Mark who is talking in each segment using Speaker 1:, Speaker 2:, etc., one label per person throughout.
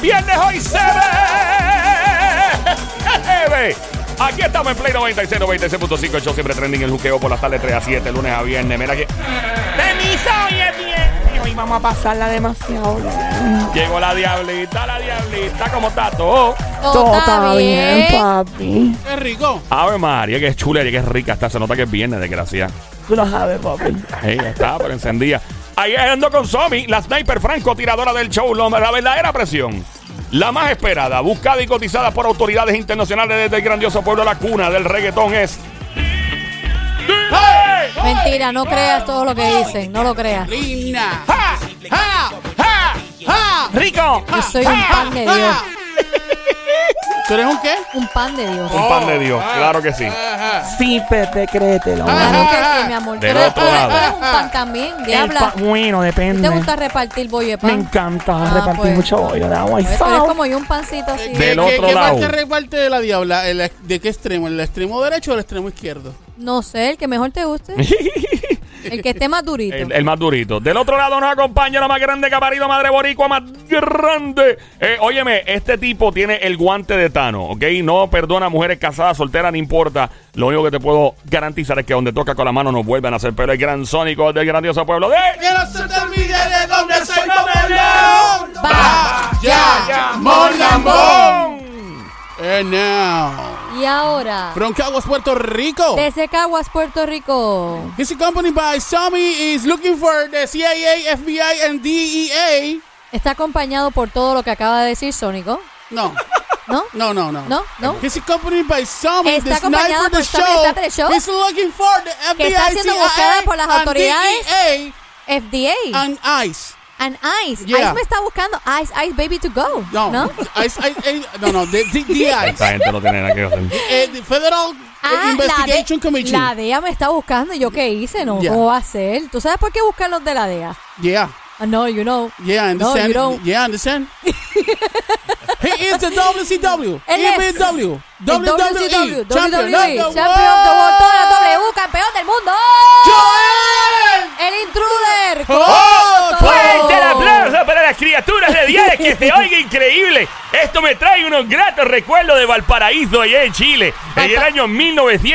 Speaker 1: viernes hoy se ve. Aquí estamos en Play 96, 96.5, el show siempre trending, el juqueo por las tardes 3 a 7, lunes a viernes. Mira que
Speaker 2: Permiso, hoy es viernes. Hoy vamos a pasarla demasiado. bien.
Speaker 1: llegó la diablita, la diablista, ¿cómo está todo?
Speaker 3: Oh,
Speaker 2: Todo está bien, papi.
Speaker 4: ¡Qué rico!
Speaker 1: Ave María, que es chula, que es rica está, se nota que es viernes, desgracia.
Speaker 2: Tú lo sabes, papi.
Speaker 1: Ella está, pero encendía. Ahí ando con Somi, la sniper franco tiradora del show, lo- la verdadera presión. La más esperada, buscada y cotizada por autoridades internacionales desde el grandioso pueblo La Cuna del reggaetón es...
Speaker 3: Mentira, no creas todo lo que dicen, no lo creas.
Speaker 4: ¡Linda! ¡Ja! ¡Ja! ¡Ja! ¡Ja!
Speaker 1: ¡Rico!
Speaker 3: Yo soy un pan de Dios.
Speaker 1: Ah.
Speaker 4: ¡Ja! ¿Tú eres un qué?
Speaker 3: Un pan de Dios.
Speaker 1: Un pan de Dios, claro que sí.
Speaker 4: Ajá.
Speaker 2: Sí, Pepe, créetelo.
Speaker 3: Claro que sí, mi amor.
Speaker 1: Del
Speaker 3: Pero
Speaker 1: otro
Speaker 3: tú eres
Speaker 1: lado.
Speaker 3: un pan también,
Speaker 2: El
Speaker 3: diabla.
Speaker 2: pa- bueno,
Speaker 3: ¿Te
Speaker 2: depende.
Speaker 3: gusta repartir bollo de pan?
Speaker 2: Me encanta
Speaker 3: Ah,
Speaker 2: repartir
Speaker 3: pues.
Speaker 2: mucho bollo de agua y
Speaker 3: Pero eres
Speaker 2: sal.
Speaker 3: como yo, un pancito así.
Speaker 4: ¿Qué-
Speaker 1: Del
Speaker 4: qué-
Speaker 1: otro
Speaker 4: ¿Qué
Speaker 1: lado.
Speaker 4: parte reparte de la diabla? ¿El- ¿De qué extremo? ¿El extremo derecho o el extremo izquierdo?
Speaker 3: No sé, el que mejor te guste. el que esté más durito.
Speaker 1: El, el más durito. Del otro lado nos acompaña la más grande que ha parido Madre Boricua, más grande. Eh, óyeme, este tipo tiene el guante de Tano, ¿ok? No perdona mujeres casadas, solteras, no importa. Lo único que te puedo garantizar es que donde toca con la mano nos vuelven a hacer pelo. El gran sónico del grandioso pueblo de...
Speaker 4: ¡Quiero ser también de donde soy
Speaker 3: Va,
Speaker 1: Ah.
Speaker 3: ya,
Speaker 4: And now,
Speaker 3: Y ahora,
Speaker 4: from Caguas, Puerto Rico.
Speaker 3: desde Caguas, Puerto Rico.
Speaker 4: This company by Sammy is looking for the CIA, FBI, and E DEA.
Speaker 3: Está acompañado por todo lo que acaba de decir Sónico.
Speaker 4: No,
Speaker 3: ¿No?
Speaker 4: no, no, no.
Speaker 3: ¿No? ¿No?
Speaker 4: He's accompanied by Sammy,
Speaker 3: Está
Speaker 4: the sniper
Speaker 3: acompañado por
Speaker 4: the
Speaker 3: Sammy,
Speaker 4: show.
Speaker 3: el sniper del show.
Speaker 4: He's looking for the
Speaker 3: Que
Speaker 4: FBI,
Speaker 3: está siendo buscada
Speaker 4: CIA,
Speaker 3: por las
Speaker 4: and
Speaker 3: autoridades.
Speaker 4: DEA
Speaker 1: Ah,
Speaker 3: FDA.
Speaker 4: and ICE.
Speaker 3: And Ice.
Speaker 4: Yeah.
Speaker 3: Ice me está buscando. Ice, Ice Baby to go.
Speaker 4: No,
Speaker 3: ¿No?
Speaker 4: ICE, ICE, no, no, the, the, the ICE.
Speaker 1: Esta gente no tiene nada que hacer.
Speaker 4: Eh, the Federal
Speaker 3: Ah, la, de-
Speaker 4: Investigation Commission.
Speaker 3: la DEA me está buscando y yo qué hice, no,
Speaker 4: Yeah.
Speaker 3: ¿cómo va a ser? ¿Tú sabes por qué buscan los de la DEA?
Speaker 4: Yeah.
Speaker 3: Ah, No, you know.
Speaker 4: Yeah, I
Speaker 3: No,
Speaker 4: understand.
Speaker 3: you don't.
Speaker 4: Yeah, I understand. he is the WCW,
Speaker 3: Él es
Speaker 4: EBW,
Speaker 3: El WCW,
Speaker 4: WWE, E. champion
Speaker 3: WWE, E. champion of
Speaker 4: of the
Speaker 3: the world, toda la
Speaker 4: world.
Speaker 3: W, campeón del mundo.
Speaker 4: Joel
Speaker 3: El intruder.
Speaker 4: Cotto.
Speaker 1: ¡Fuerte el
Speaker 3: Oh.
Speaker 1: aplauso para las criaturas de Diales! ¡Que se oiga increíble! Esto me trae unos gratos recuerdos de Valparaíso allá en Chile, en el año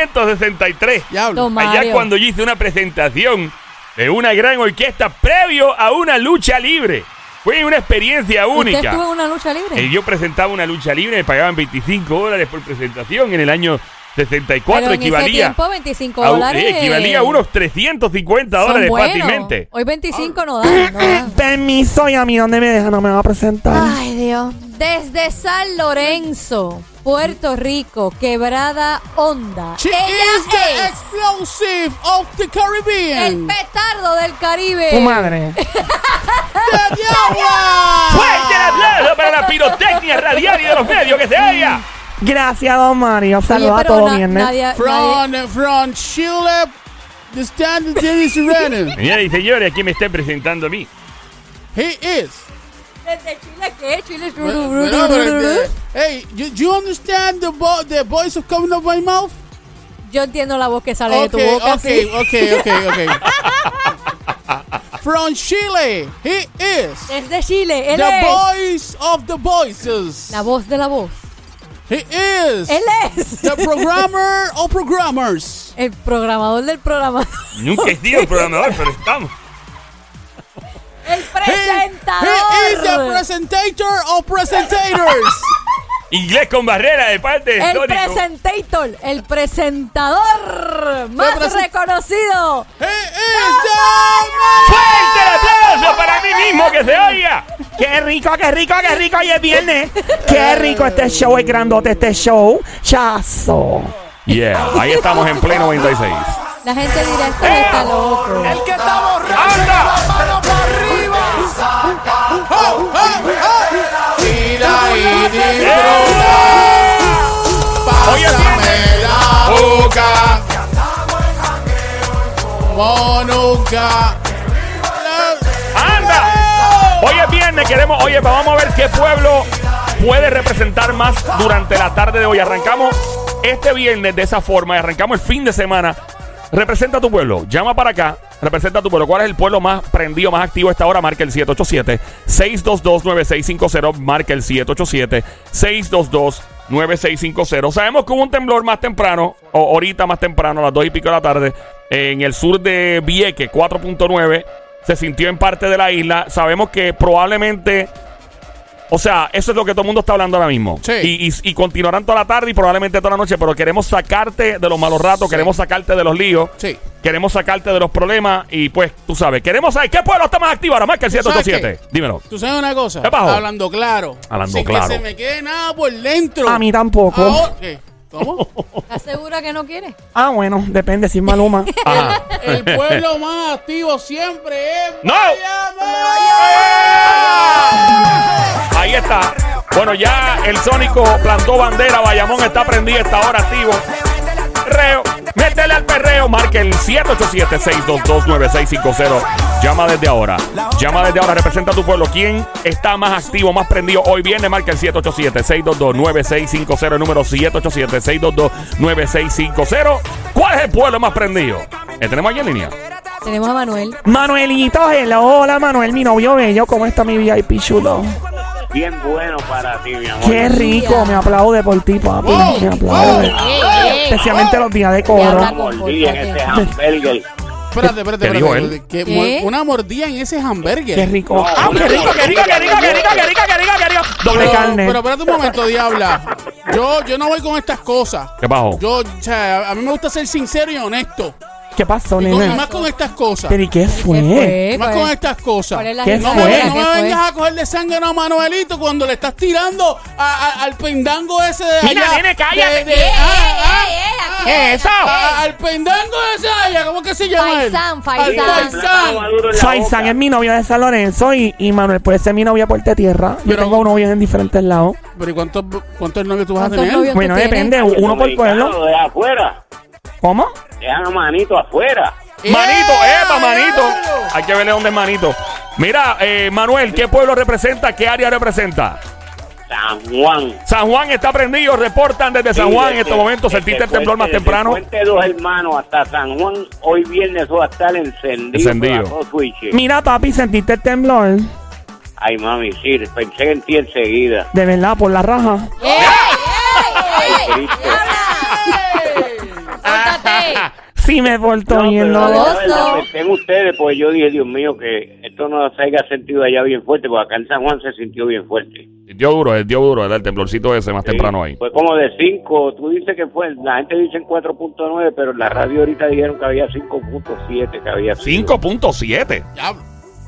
Speaker 1: 1963.
Speaker 4: Diablo.
Speaker 3: Toma.
Speaker 1: Allá
Speaker 3: Mario.
Speaker 1: cuando yo hice una presentación de una gran orquesta previo a una lucha libre. Fue una experiencia
Speaker 3: ¿Usted
Speaker 1: única.
Speaker 3: estuvo en una lucha
Speaker 1: Eh,
Speaker 3: libre?
Speaker 1: yo presentaba una lucha libre, me pagaban 25 dólares por presentación en el año 64,
Speaker 3: Pero en ese
Speaker 1: equivalía.
Speaker 3: tiempo 25
Speaker 1: a un-
Speaker 3: dólares.
Speaker 1: eh, equivalía a unos 350
Speaker 3: son
Speaker 1: dólares
Speaker 3: buenos.
Speaker 1: fácilmente.
Speaker 3: Hoy 25 no dan, no dan.
Speaker 2: Permiso, y a mí, ¿dónde me deja? No me va a presentar.
Speaker 3: Ay, Dios. Desde San Lorenzo, Puerto Rico, quebrada onda.
Speaker 4: She is the
Speaker 3: Ella es
Speaker 4: explosive of the
Speaker 3: el
Speaker 4: Caribbean.
Speaker 3: petardo del Caribe.
Speaker 2: Tu madre.
Speaker 4: The
Speaker 1: ¡Fuerte Pues el
Speaker 4: Diabla.
Speaker 1: aplauso para la pirotecnia radial y de los medios que se haya!
Speaker 2: Gracias, don Mario.
Speaker 3: Oye,
Speaker 2: Saludos a
Speaker 3: pero
Speaker 2: todos
Speaker 3: na-
Speaker 2: viernes.
Speaker 3: nadie- nadie-
Speaker 4: From from Chile, the standard is running.
Speaker 1: Señoras y señores, aquí me están presentando a mí.
Speaker 4: He is.
Speaker 3: Desde Chile, ¿qué? Chile, ru-
Speaker 4: Well,
Speaker 3: ru- ru-
Speaker 4: well,
Speaker 3: ru-
Speaker 4: but,
Speaker 3: ru- ru-
Speaker 4: uh, Hey, you, you understand the vo the voice of coming of my mouth?
Speaker 3: Yo entiendo la voz que sale de tu
Speaker 4: Okay,
Speaker 3: boca.
Speaker 4: okay,
Speaker 3: sí.
Speaker 4: okay, okay, okay. From Chile, he is
Speaker 3: Desde Chile, él
Speaker 4: the
Speaker 3: es
Speaker 4: voice of the voices.
Speaker 3: la voz de la voz.
Speaker 4: He is
Speaker 3: Él es
Speaker 4: the programmer of programmers.
Speaker 3: el programador del programa.
Speaker 1: Nunca he sido programador, pero estamos.
Speaker 3: El
Speaker 4: He, he is the
Speaker 3: presentador.
Speaker 4: presentator of presentators.
Speaker 1: Inglés con barrera de parte de
Speaker 3: El
Speaker 1: Sónico.
Speaker 3: presentator, el presentador más
Speaker 4: presen-
Speaker 3: reconocido.
Speaker 4: he is the
Speaker 1: ¡Fuerte Pues el aplauso para mí mismo que se oiga!
Speaker 2: Qué rico, qué rico, qué rico. Hoy es viernes. Qué rico este show. Es grandote este show. Chazo.
Speaker 1: Yeah, ahí estamos en Play 96.
Speaker 3: La gente dirá, esto
Speaker 2: ¡Eh!
Speaker 3: está loco.
Speaker 5: El que está borracho
Speaker 1: ¡Anda!
Speaker 5: las manos para arriba.
Speaker 4: Mira y
Speaker 1: Oye,
Speaker 4: Pásame la boca. Oh, Monuca.
Speaker 1: ¡Anda! Hoy es viernes, queremos, oye, pues vamos a ver qué pueblo puede representar más durante la tarde de hoy. Arrancamos este viernes de esa forma, y arrancamos el fin de semana Representa a tu pueblo. Llama para acá. Representa a tu pueblo. ¿Cuál es el pueblo más prendido, más activo a esta hora? Marca el 787-622-9650. Marca el 787-622-9650. Sabemos que hubo un temblor más temprano, o ahorita más temprano, a las 2 y pico de la tarde, en el sur de Vieque, 4.9. Se sintió en parte de la isla. Sabemos que probablemente o sea, eso es lo que todo el mundo está hablando ahora mismo.
Speaker 4: Sí.
Speaker 1: Y, y- y continuarán toda la tarde y probablemente toda la noche, pero queremos sacarte de los malos ratos, queremos sacarte de los líos,
Speaker 4: Sí.
Speaker 1: queremos sacarte de los problemas y pues tú sabes, queremos saber qué pueblo está más activo ahora más que el
Speaker 4: sabes
Speaker 1: 787. Dímelo.
Speaker 4: Tú sabes una cosa.
Speaker 1: ¿Qué pasó?
Speaker 4: Hablando claro.
Speaker 1: Hablando
Speaker 4: Sin
Speaker 1: claro.
Speaker 4: que se me quede nada por dentro.
Speaker 2: A mí tampoco.
Speaker 3: Oh.
Speaker 4: Ahora- ¿Qué? ¿Cómo?
Speaker 3: ¿Estás segura que no quieres?
Speaker 2: Ah, bueno, depende si es Maluma.
Speaker 1: Ajá.
Speaker 4: El pueblo más activo siempre es.
Speaker 1: ¡No! Ahí está. Bueno, ya el Sónico plantó bandera, Bayamón está prendido, está ahora activo. Perreo, métele al perreo, marca el 787-622-9650. Llama desde ahora. Llama desde ahora, representa a tu pueblo. ¿Quién está más activo, más prendido? Hoy viene, marca el 787-622-9650, el número 787-622-9650. ¿Cuál es el pueblo más prendido? Eh, tenemos aquí en línea.
Speaker 3: Tenemos a Manuel.
Speaker 2: Manuelito, hello. Hola, Manuel, mi novio bello. ¿Cómo está mi VIP chulo?
Speaker 6: Bien bueno para ti, mi amor.
Speaker 2: Qué rico, me aplaude por ti, papi.
Speaker 4: Wow,
Speaker 2: Me aplaude.
Speaker 4: wow.
Speaker 2: Especialmente los días de
Speaker 3: oh. Ya
Speaker 2: coro.
Speaker 3: habla con-
Speaker 6: Mordí en este hamburger.
Speaker 4: Espérate,
Speaker 1: ¿Qué
Speaker 4: espérate, espérate.
Speaker 1: dijo él?
Speaker 4: Que
Speaker 3: ¿Qué?
Speaker 4: mu- Una mordida en ese hamburger.
Speaker 2: Qué rico.
Speaker 6: No.
Speaker 2: Ah, qué rico, qué rico, qué rico, qué rico, qué rico, qué rico, qué rico. Doble
Speaker 4: Pero,
Speaker 2: carne.
Speaker 4: pero espérate un momento, diabla. Yo, yo no voy con estas cosas.
Speaker 1: ¿Qué bajo?
Speaker 4: Yo, o sea, a mí me gusta ser sincero y honesto.
Speaker 2: ¿Qué pasó,
Speaker 4: Y con- y
Speaker 2: nena?
Speaker 4: más con estas cosas.
Speaker 2: Pero ¿y qué fue?
Speaker 3: ¿Qué fue?
Speaker 4: Más
Speaker 3: ¿Cuál-
Speaker 4: con estas
Speaker 3: pues,
Speaker 4: cosas.
Speaker 3: cuál es la
Speaker 2: ¿Qué
Speaker 4: No
Speaker 3: razón?
Speaker 4: me,
Speaker 2: fue?
Speaker 3: ¿Qué
Speaker 4: no me vengas a cogerle sangre a Manuelito cuando le estás tirando a- a- al pendango ese de allá.
Speaker 2: Mira, nene, cállate.
Speaker 3: Eh,
Speaker 4: De- de- ah,
Speaker 3: ey, ey,
Speaker 4: ah,
Speaker 3: eh, aquí
Speaker 4: ah,
Speaker 2: ¿Qué es eso?
Speaker 4: a- al pendango ese de allá. ¿Cómo que se llama él?
Speaker 3: Faisán,
Speaker 4: Al
Speaker 3: Faisán.
Speaker 6: Maduro en la
Speaker 2: Faisan
Speaker 6: boca.
Speaker 2: es mi novia de San Lorenzo y, y Manuel puede ser mi novia por tierra. Yo
Speaker 4: Pero-
Speaker 2: tengo novios en diferentes lados.
Speaker 4: Pero ¿y cuántos, cuántos novios tú vas a
Speaker 3: ¿Cuántos
Speaker 4: tener?
Speaker 3: novios? tú
Speaker 2: Bueno,
Speaker 3: tienes?
Speaker 2: depende,
Speaker 6: Los
Speaker 2: uno por
Speaker 6: dominicanos
Speaker 2: pueblo.
Speaker 6: de afuera.
Speaker 2: ¿Cómo?
Speaker 6: Dejan a manito afuera.
Speaker 1: Manito,
Speaker 4: ¡Eh,
Speaker 1: epa, manito.
Speaker 4: diablo!
Speaker 1: Hay que verle dónde es manito. Mira, eh, Manuel, ¿qué pueblo representa? ¿Qué área representa?
Speaker 6: San Juan.
Speaker 1: San Juan está prendido, reportan desde San
Speaker 6: Sí,
Speaker 1: Juan
Speaker 6: este
Speaker 1: en este
Speaker 6: desde-
Speaker 1: estos momentos.
Speaker 6: desde
Speaker 1: ¿Sentiste el temblor
Speaker 6: Puente-
Speaker 1: más
Speaker 6: desde
Speaker 1: temprano?
Speaker 6: Puente dos hermanos hasta San Juan. Hoy viernes va a estar encendido.
Speaker 1: Encendido.
Speaker 6: para todos switches.
Speaker 2: Mira, papi, sentiste el temblor.
Speaker 6: Ay, mami, sí, pensé en ti enseguida.
Speaker 2: De verdad, por la raja.
Speaker 3: ¡Ey, ey, ey!
Speaker 6: Cristo.
Speaker 3: eh, ¡Suéltate!
Speaker 2: Sí, me portó bien,
Speaker 6: pero
Speaker 2: loco.
Speaker 3: no.
Speaker 6: la verdad, pensé en ustedes, porque yo dije, Dios mío, que esto no se haya sentido allá bien fuerte, porque acá en San Juan se sintió bien fuerte.
Speaker 1: Dio duro, eh, dio duro, ¿verdad? El temblorcito ese más temprano ahí.
Speaker 6: Fue como de 5. Tú dices que fue. La gente dice en 4.9, pero
Speaker 1: Ah.
Speaker 6: en la radio ahorita dijeron que había 5.7, que había sido.
Speaker 1: 5.7.
Speaker 4: Diablo.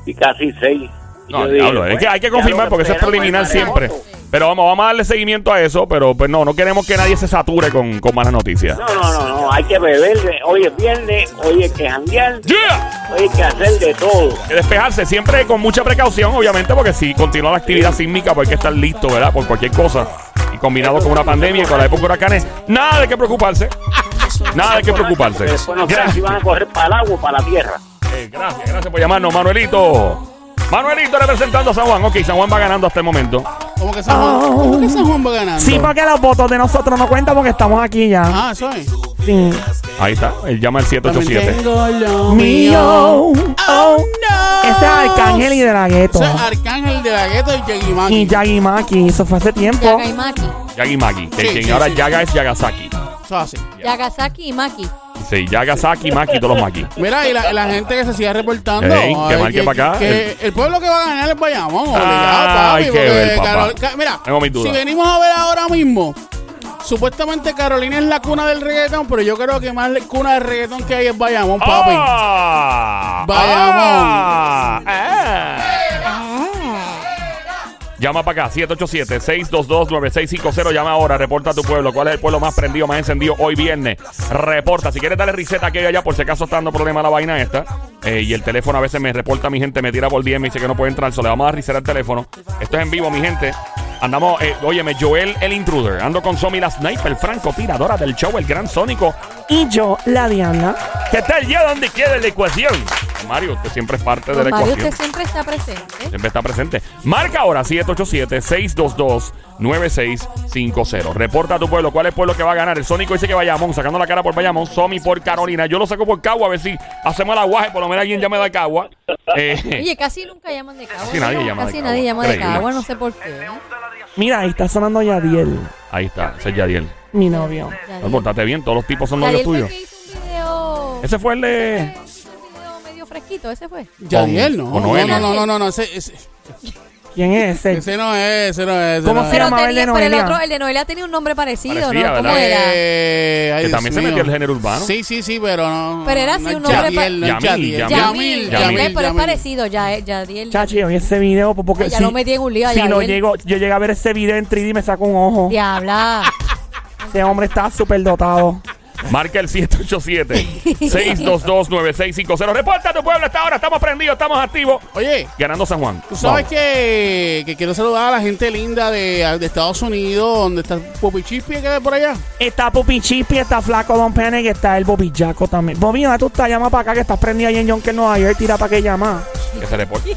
Speaker 6: Y casi 6.
Speaker 1: No, diablo, es que hay que confirmar porque eso es
Speaker 6: pues,
Speaker 1: preliminar siempre. Pero vamos, vamos a darle seguimiento a eso, pero pues no, no queremos que nadie se sature con, con malas noticias.
Speaker 6: No, no, no, no. Hay que beber. Hoy es viernes, hoy hay que janguear,
Speaker 1: ¡Yeah!
Speaker 6: hoy hay que hacer de todo.
Speaker 1: que despejarse siempre con mucha precaución, obviamente, porque si continúa la actividad sísmica, pues hay que estar listo, ¿verdad? Por cualquier cosa. Y combinado con una pandemia y con la época de huracanes, nada de qué preocuparse. Nada de qué preocuparse.
Speaker 6: Porque Después no sé pues, si
Speaker 1: Gracias,
Speaker 6: van a correr para el agua o para la tierra.
Speaker 1: eh, gracias, gracias por llamarnos, Manuelito. Manuelito representando a San Juan. Ok, San Juan va ganando hasta el momento.
Speaker 4: ¿Cómo que San Juan, ¿Cómo que San Juan va ganando?
Speaker 2: Ah. Sí, porque los votos de nosotros no cuentan porque estamos aquí ya.
Speaker 4: Ah, eso es.
Speaker 2: Sí.
Speaker 1: Ahí está, él llama al 787.
Speaker 4: Tengo lo
Speaker 2: Mío.
Speaker 4: Oh,
Speaker 2: Oh.
Speaker 4: no.
Speaker 2: Ese es Arcángel y de la gueto.
Speaker 4: Ese es Arcángel de la gueto y Yagimaki.
Speaker 2: Y Yagi Maki, eso fue hace tiempo.
Speaker 3: Yaga y Maki.
Speaker 1: Yagi Maki. que
Speaker 4: Sí,
Speaker 1: quien
Speaker 4: sí,
Speaker 1: ahora
Speaker 4: sí.
Speaker 1: Yaga es Yagasaki.
Speaker 4: Eso así.
Speaker 3: Yagasaki y Maki.
Speaker 1: Sí, Yagasaki, Maki, todos los Maki.
Speaker 4: Mira, y la, la gente que se sigue reportando.
Speaker 1: Ey, que
Speaker 4: ay,
Speaker 1: marque pa' acá.
Speaker 4: que el pueblo que va a ganar es Bayamón. obligado,
Speaker 1: Ah,
Speaker 4: papi,
Speaker 1: hay que
Speaker 4: porque
Speaker 1: ver, papá.
Speaker 4: Carol- Ca- mira,
Speaker 1: Tengo mis dudas.
Speaker 4: si venimos a ver ahora mismo, supuestamente Carolina es la cuna del reggaetón, pero yo creo que más la cuna del reggaetón que hay es Bayamón, papi.
Speaker 1: Ah,
Speaker 4: Bayamón.
Speaker 1: ah, ah. Llama para acá, 787-622-9650. Llama ahora, reporta a tu pueblo. ¿Cuál es el pueblo más prendido, más encendido hoy viernes? Reporta. Si quieres, dale reset aquí y allá, por si acaso está dando problema la vaina esta. Eh, y el teléfono a veces me reporta a mi gente, me tira por 10, me dice que no puede entrar. Solo le vamos a dar reset al teléfono. Esto es en vivo, mi gente. Andamos, eh, óyeme, Joel el intruder. Ando con Somi la sniper, franco, tiradora del show, el gran sónico.
Speaker 2: Y yo, la Diana.
Speaker 1: Que está el día donde quiere la ecuación. Mario, usted siempre es parte de
Speaker 3: Don
Speaker 1: la
Speaker 3: Mario,
Speaker 1: ecuación.
Speaker 3: usted siempre está presente.
Speaker 1: Siempre está presente. Marca ahora 787-622-9650. Reporta a tu pueblo. ¿Cuál es el pueblo que va a ganar? El Sónico dice que Bayamón, sacando la cara por Bayamón. Somi por Carolina. Yo lo saco por Cagua, a ver si hacemos el aguaje. Por lo menos alguien llame de Cagua. Eh,
Speaker 3: Oye, casi nunca llaman de Cagua.
Speaker 1: Casi nadie
Speaker 3: ¿no?
Speaker 1: llama de
Speaker 3: Casi
Speaker 1: Cagua.
Speaker 3: nadie llama de
Speaker 1: Increíble.
Speaker 3: Cagua, no sé por qué. ¿eh?
Speaker 2: Mira, ahí está sonando Yadiel,
Speaker 1: ahí está, ese es Yadiel.
Speaker 2: mi novio.
Speaker 1: No, Pórtate bien, todos los tipos son novios
Speaker 3: Yadiel fue
Speaker 1: tuyos.
Speaker 3: el que hizo un video.
Speaker 1: Ese fue el de.
Speaker 3: Ese fue un video medio fresquito, ese fue.
Speaker 4: Yadiel, no.
Speaker 1: con
Speaker 4: No,
Speaker 1: Noelia.
Speaker 4: no, no, no, no, no, ese, ese,
Speaker 2: ¿Quién es ese?
Speaker 4: ese no es, ese no es. ese
Speaker 2: ¿Cómo se
Speaker 4: no es.
Speaker 3: Pero,
Speaker 2: llama?
Speaker 3: tenía-
Speaker 2: el de
Speaker 3: pero el
Speaker 2: Noelia.
Speaker 3: otro, el de Noelia tenía un nombre parecido,
Speaker 1: Parecía,
Speaker 3: ¿no? ¿Cómo
Speaker 1: ¿verdad?
Speaker 3: era?
Speaker 4: Eh, ay,
Speaker 1: Que
Speaker 4: Dios
Speaker 1: también se
Speaker 4: mío.
Speaker 1: metió el género urbano.
Speaker 4: Sí, sí, sí, pero no.
Speaker 3: Pero era así
Speaker 4: no es
Speaker 3: un hombre pa-
Speaker 4: Yadiel, no es
Speaker 1: Yamil,
Speaker 4: Yadiel.
Speaker 1: Yamil,
Speaker 3: Yamil, Yamil, pero es parecido, ya, Yadiel.
Speaker 2: Chachi, oye ese video po- porque
Speaker 3: Ay, ya
Speaker 2: si,
Speaker 3: lo metí en un lío,
Speaker 2: si
Speaker 3: Yadiel.
Speaker 2: no llego, yo llegué a ver ese video en 3D y me saco un ojo.
Speaker 3: Diabla.
Speaker 2: Ese hombre está súper dotado.
Speaker 1: Marca el 787-622-9650. Reporta a tu pueblo. Hasta ahora estamos prendidos, estamos activos.
Speaker 4: Oye,
Speaker 1: Ganando San Juan.
Speaker 4: tú sabes
Speaker 1: Vamos.
Speaker 4: que, que quiero saludar a la gente linda de, de Estados Unidos, donde está Popi Chispi, que es por allá.
Speaker 2: Está Pupi Chispi, está Flaco Don Pene y está el Bobby Jaco también. Bobby, ¿dónde tú estás? Llama para acá que estás prendida ahí en John que no hay. Tira para que llama.
Speaker 1: Que se reporte.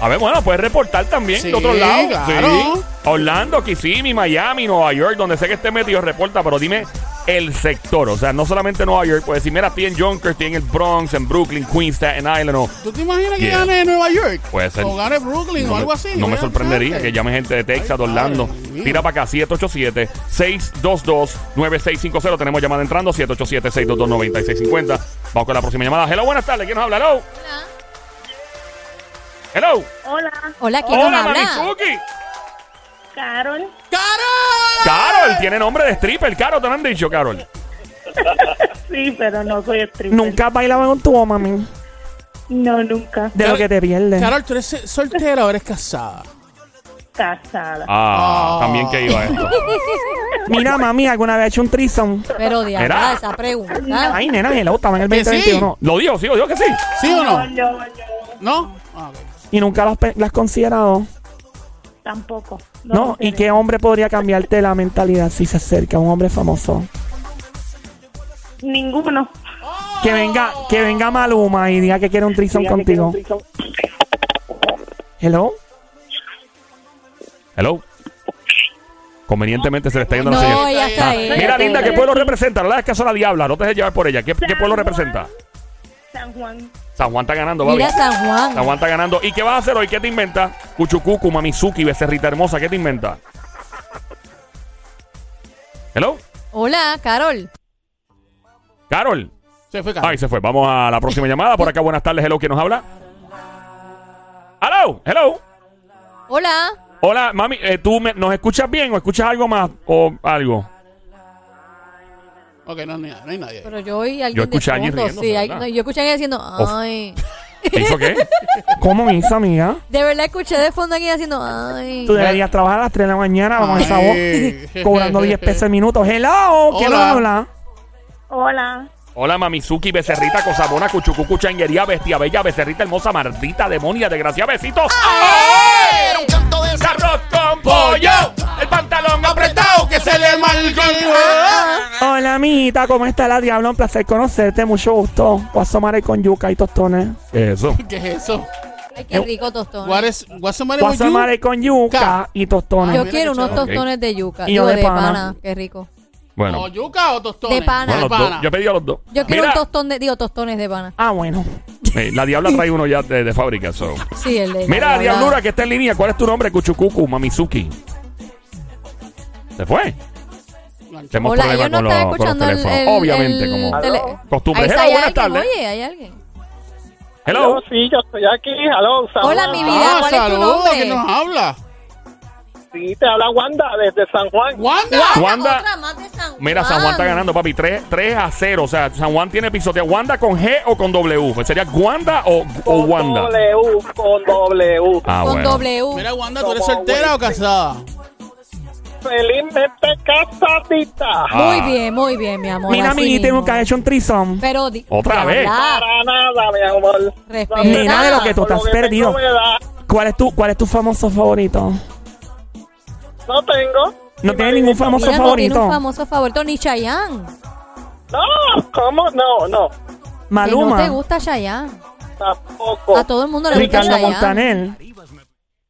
Speaker 1: A ver, bueno, puedes reportar también
Speaker 4: Sí,
Speaker 1: de otro lado.
Speaker 4: claro.
Speaker 1: Sí. Orlando, Kissimmee, Miami, Nueva York, donde sé que esté metido, reporta, pero dime el sector. O sea, no solamente Nueva York, puedes decir, mira, estoy en Yonkers, estoy en el Bronx, en Brooklyn, Queens, Staten Island, o
Speaker 4: ¿Tú te imaginas que
Speaker 1: Yeah.
Speaker 4: gane Nueva York?
Speaker 1: Puede ser.
Speaker 4: O gane Brooklyn o algo así.
Speaker 1: No me
Speaker 4: Mira,
Speaker 1: sorprendería
Speaker 4: fíjate.
Speaker 1: que llame gente de Texas, de Orlando.
Speaker 4: madre mía.
Speaker 1: Tira para acá, 787-622-9650. Tenemos llamada entrando, 787-622-9650. Vamos con la próxima llamada. Hello, buenas tardes. ¿Quién nos habla? Hello. Hello.
Speaker 7: Hola,
Speaker 3: Hola, ¿quién
Speaker 1: Hola,
Speaker 3: nos habla?
Speaker 1: Mamizuki.
Speaker 7: Carol.
Speaker 4: ¡Carol!
Speaker 1: Carol, tiene nombre de stripper. Carol, te lo han dicho, Carol.
Speaker 7: Sí, pero no soy stripper.
Speaker 2: Nunca has bailado con tu mami.
Speaker 7: No, nunca.
Speaker 2: De lo que te pierdes.
Speaker 4: Carol, ¿tú eres soltera o eres casada?
Speaker 7: Casada.
Speaker 1: Ah,
Speaker 4: Ah.
Speaker 1: también que iba esto.
Speaker 2: Mira, mami, alguna vez ha hecho un trison.
Speaker 3: Pero
Speaker 1: Era.
Speaker 3: diabla, esa pregunta.
Speaker 2: Ay, nena, hello, estaba en el
Speaker 4: Que sí.
Speaker 2: 2021.
Speaker 1: Lo dijo, sí, lo dijo que sí.
Speaker 4: ¿Sí o no?
Speaker 7: No, no, no,
Speaker 4: ¿No? Ah, ok.
Speaker 2: Y nunca las pe- las has considerado.
Speaker 7: Tampoco.
Speaker 2: No,
Speaker 7: lo
Speaker 2: ¿y
Speaker 7: seré.
Speaker 2: qué hombre podría cambiarte la mentalidad si se acerca un hombre famoso?
Speaker 7: Ninguno.
Speaker 2: Que venga, que venga Maluma y diga que quiere un trison contigo. Hello.
Speaker 1: Hello. Convenientemente se le está yendo la señal. Ah,
Speaker 3: No, ella está ahí.
Speaker 1: Mira, linda, ¿qué pueblo representa? No le hagas caso a la diabla, no te dejes llevar por ella. ¿Qué, qué
Speaker 7: San
Speaker 1: pueblo
Speaker 7: Juan.
Speaker 1: representa?
Speaker 7: San Juan.
Speaker 1: San Juan está ganando, baby.
Speaker 3: Mira San
Speaker 1: San
Speaker 3: Juan.
Speaker 1: Juan está ganando. ¿Y qué vas a hacer hoy? ¿Qué te inventa? Cuchucucu, Mamizuki, Becerrita Hermosa, ¿qué te inventa? Hello,
Speaker 3: Hola, Carol.
Speaker 1: Carol.
Speaker 4: Se fue Carol.
Speaker 1: Ay, se fue. Vamos a la próxima llamada. Por acá, buenas tardes. Hello, ¿quién nos habla? Hello, hello.
Speaker 3: Hola.
Speaker 1: Hola, mami, eh, ¿tú me- nos escuchas bien o escuchas algo más o algo?
Speaker 4: Ok, no, no, hay- no hay nadie. ahí.
Speaker 3: Pero yo oí a alguien
Speaker 1: Yo escuché
Speaker 3: de
Speaker 1: a alguien
Speaker 3: fondo,
Speaker 1: riéndose,
Speaker 3: sí, hay-
Speaker 1: ¿verdad?
Speaker 3: no, yo escuché a alguien diciendo,
Speaker 1: Of.
Speaker 3: ay.
Speaker 1: ¿Te hizo qué?
Speaker 2: ¿Cómo me hizo, amiga?
Speaker 3: De verdad escuché de fondo a alguien haciendo, ay.
Speaker 2: Tú deberías trabajar a las 3 de la mañana con esa voz,
Speaker 4: Ay.
Speaker 2: cobrando 10 pesos el minuto. Hello, ¿quién
Speaker 4: Hola.
Speaker 2: nos habla?
Speaker 7: Hola.
Speaker 1: Hola, Mamizuki, Becerrita, Cosabona, Cuchucucu, Changuería, Bestia Bella, Becerrita Hermosa, Mardita, Demonia, Desgracia, Besitos.
Speaker 5: Era un canto de
Speaker 1: arroz con pollo, el pantalón
Speaker 4: apretado que se le marcó el
Speaker 2: Hola, amiguita, ¿cómo está la diablo? Un placer conocerte, mucho gusto. Paso mare con yuca y tostones.
Speaker 1: Eso.
Speaker 4: ¿Qué es eso?
Speaker 3: Ay, qué rico tostón.
Speaker 4: What is, what's the matter with
Speaker 2: Paso
Speaker 4: you?
Speaker 2: mare con yuca
Speaker 4: Ca.
Speaker 2: y tostones.
Speaker 3: Yo
Speaker 4: mira
Speaker 3: quiero
Speaker 4: qué
Speaker 3: unos
Speaker 1: Ah, chévere.
Speaker 3: tostones de yuca.
Speaker 2: Y
Speaker 3: Digo,
Speaker 2: yo de
Speaker 3: de
Speaker 2: pana.
Speaker 3: pana. Qué rico.
Speaker 1: Bueno,
Speaker 4: ¿O Oh, yuca o tostones?
Speaker 3: De pana.
Speaker 1: bueno, los
Speaker 4: pana.
Speaker 1: dos. yo pedí a los dos.
Speaker 3: Yo quiero
Speaker 1: Mira,
Speaker 3: un tostón de, digo, tostones de pana.
Speaker 2: Ah, bueno.
Speaker 1: eh, la diabla trae uno ya de, de fábrica. so.
Speaker 3: Sí, el de.
Speaker 1: Mira,
Speaker 3: la-
Speaker 1: diablura que está en línea. ¿Cuál es tu nombre? Cuchucucu, Mamizuki. Se fue. Tenemos
Speaker 3: Hola,
Speaker 1: problemas
Speaker 3: ellos no
Speaker 1: con, los-
Speaker 3: están
Speaker 1: con los
Speaker 3: escuchando el,
Speaker 1: teléfonos.
Speaker 3: el-
Speaker 1: Obviamente,
Speaker 3: el
Speaker 1: como
Speaker 3: tele-
Speaker 1: costumbre.
Speaker 3: Ahí está,
Speaker 1: Hello,
Speaker 3: hay
Speaker 1: buenas
Speaker 3: alguien,
Speaker 1: tardes.
Speaker 3: Oye, hay alguien.
Speaker 1: Hello.
Speaker 6: sí, yo estoy aquí. Aló, saludos.
Speaker 3: Hola, mi vida.
Speaker 4: Ah,
Speaker 3: ¿Cuál es tu
Speaker 4: saludos,
Speaker 3: nombre?
Speaker 4: que nos habla.
Speaker 6: Sí, te habla Wanda desde San Juan.
Speaker 4: Wanda.
Speaker 1: Wanda.
Speaker 3: Otra más de San Juan.
Speaker 1: Mira, San Juan está ganando, papi. 3, a 0. O sea, San Juan tiene pisotea. ¿Wanda con G o con W? Pues ¿Sería Wanda o, o
Speaker 6: Con
Speaker 1: Wanda?
Speaker 6: W, con W.
Speaker 1: Ah,
Speaker 3: Con
Speaker 1: bueno.
Speaker 3: W.
Speaker 4: Mira, Wanda, ¿tú eres soltera o casada?
Speaker 6: Felizmente casadita.
Speaker 1: Ah.
Speaker 3: Muy bien, muy bien, mi amor.
Speaker 2: Mira,
Speaker 3: así
Speaker 2: amiguita,
Speaker 3: mismo.
Speaker 2: nunca has hecho un trison.
Speaker 3: Pero di-
Speaker 1: Otra
Speaker 3: de
Speaker 1: vez.
Speaker 3: hablar.
Speaker 6: Para nada, mi amor.
Speaker 3: Respeta.
Speaker 2: Nena de lo que tú
Speaker 6: Por
Speaker 2: te has
Speaker 6: que
Speaker 2: perdido.
Speaker 6: tengo me da.
Speaker 2: ¿Cuál es tu, cuál es tu famoso favorito?
Speaker 6: No tengo.
Speaker 2: No tiene ningún famoso
Speaker 3: Mira, no tiene un
Speaker 2: favorito.
Speaker 3: famoso favorito ni Chayanne.
Speaker 6: No, ¿cómo? No, no.
Speaker 3: Que no te
Speaker 2: Maluma.
Speaker 3: gusta Chayanne. A
Speaker 6: tampoco.
Speaker 3: todo el mundo le gusta
Speaker 2: Ricardo
Speaker 3: Chayanne.
Speaker 2: Montaner.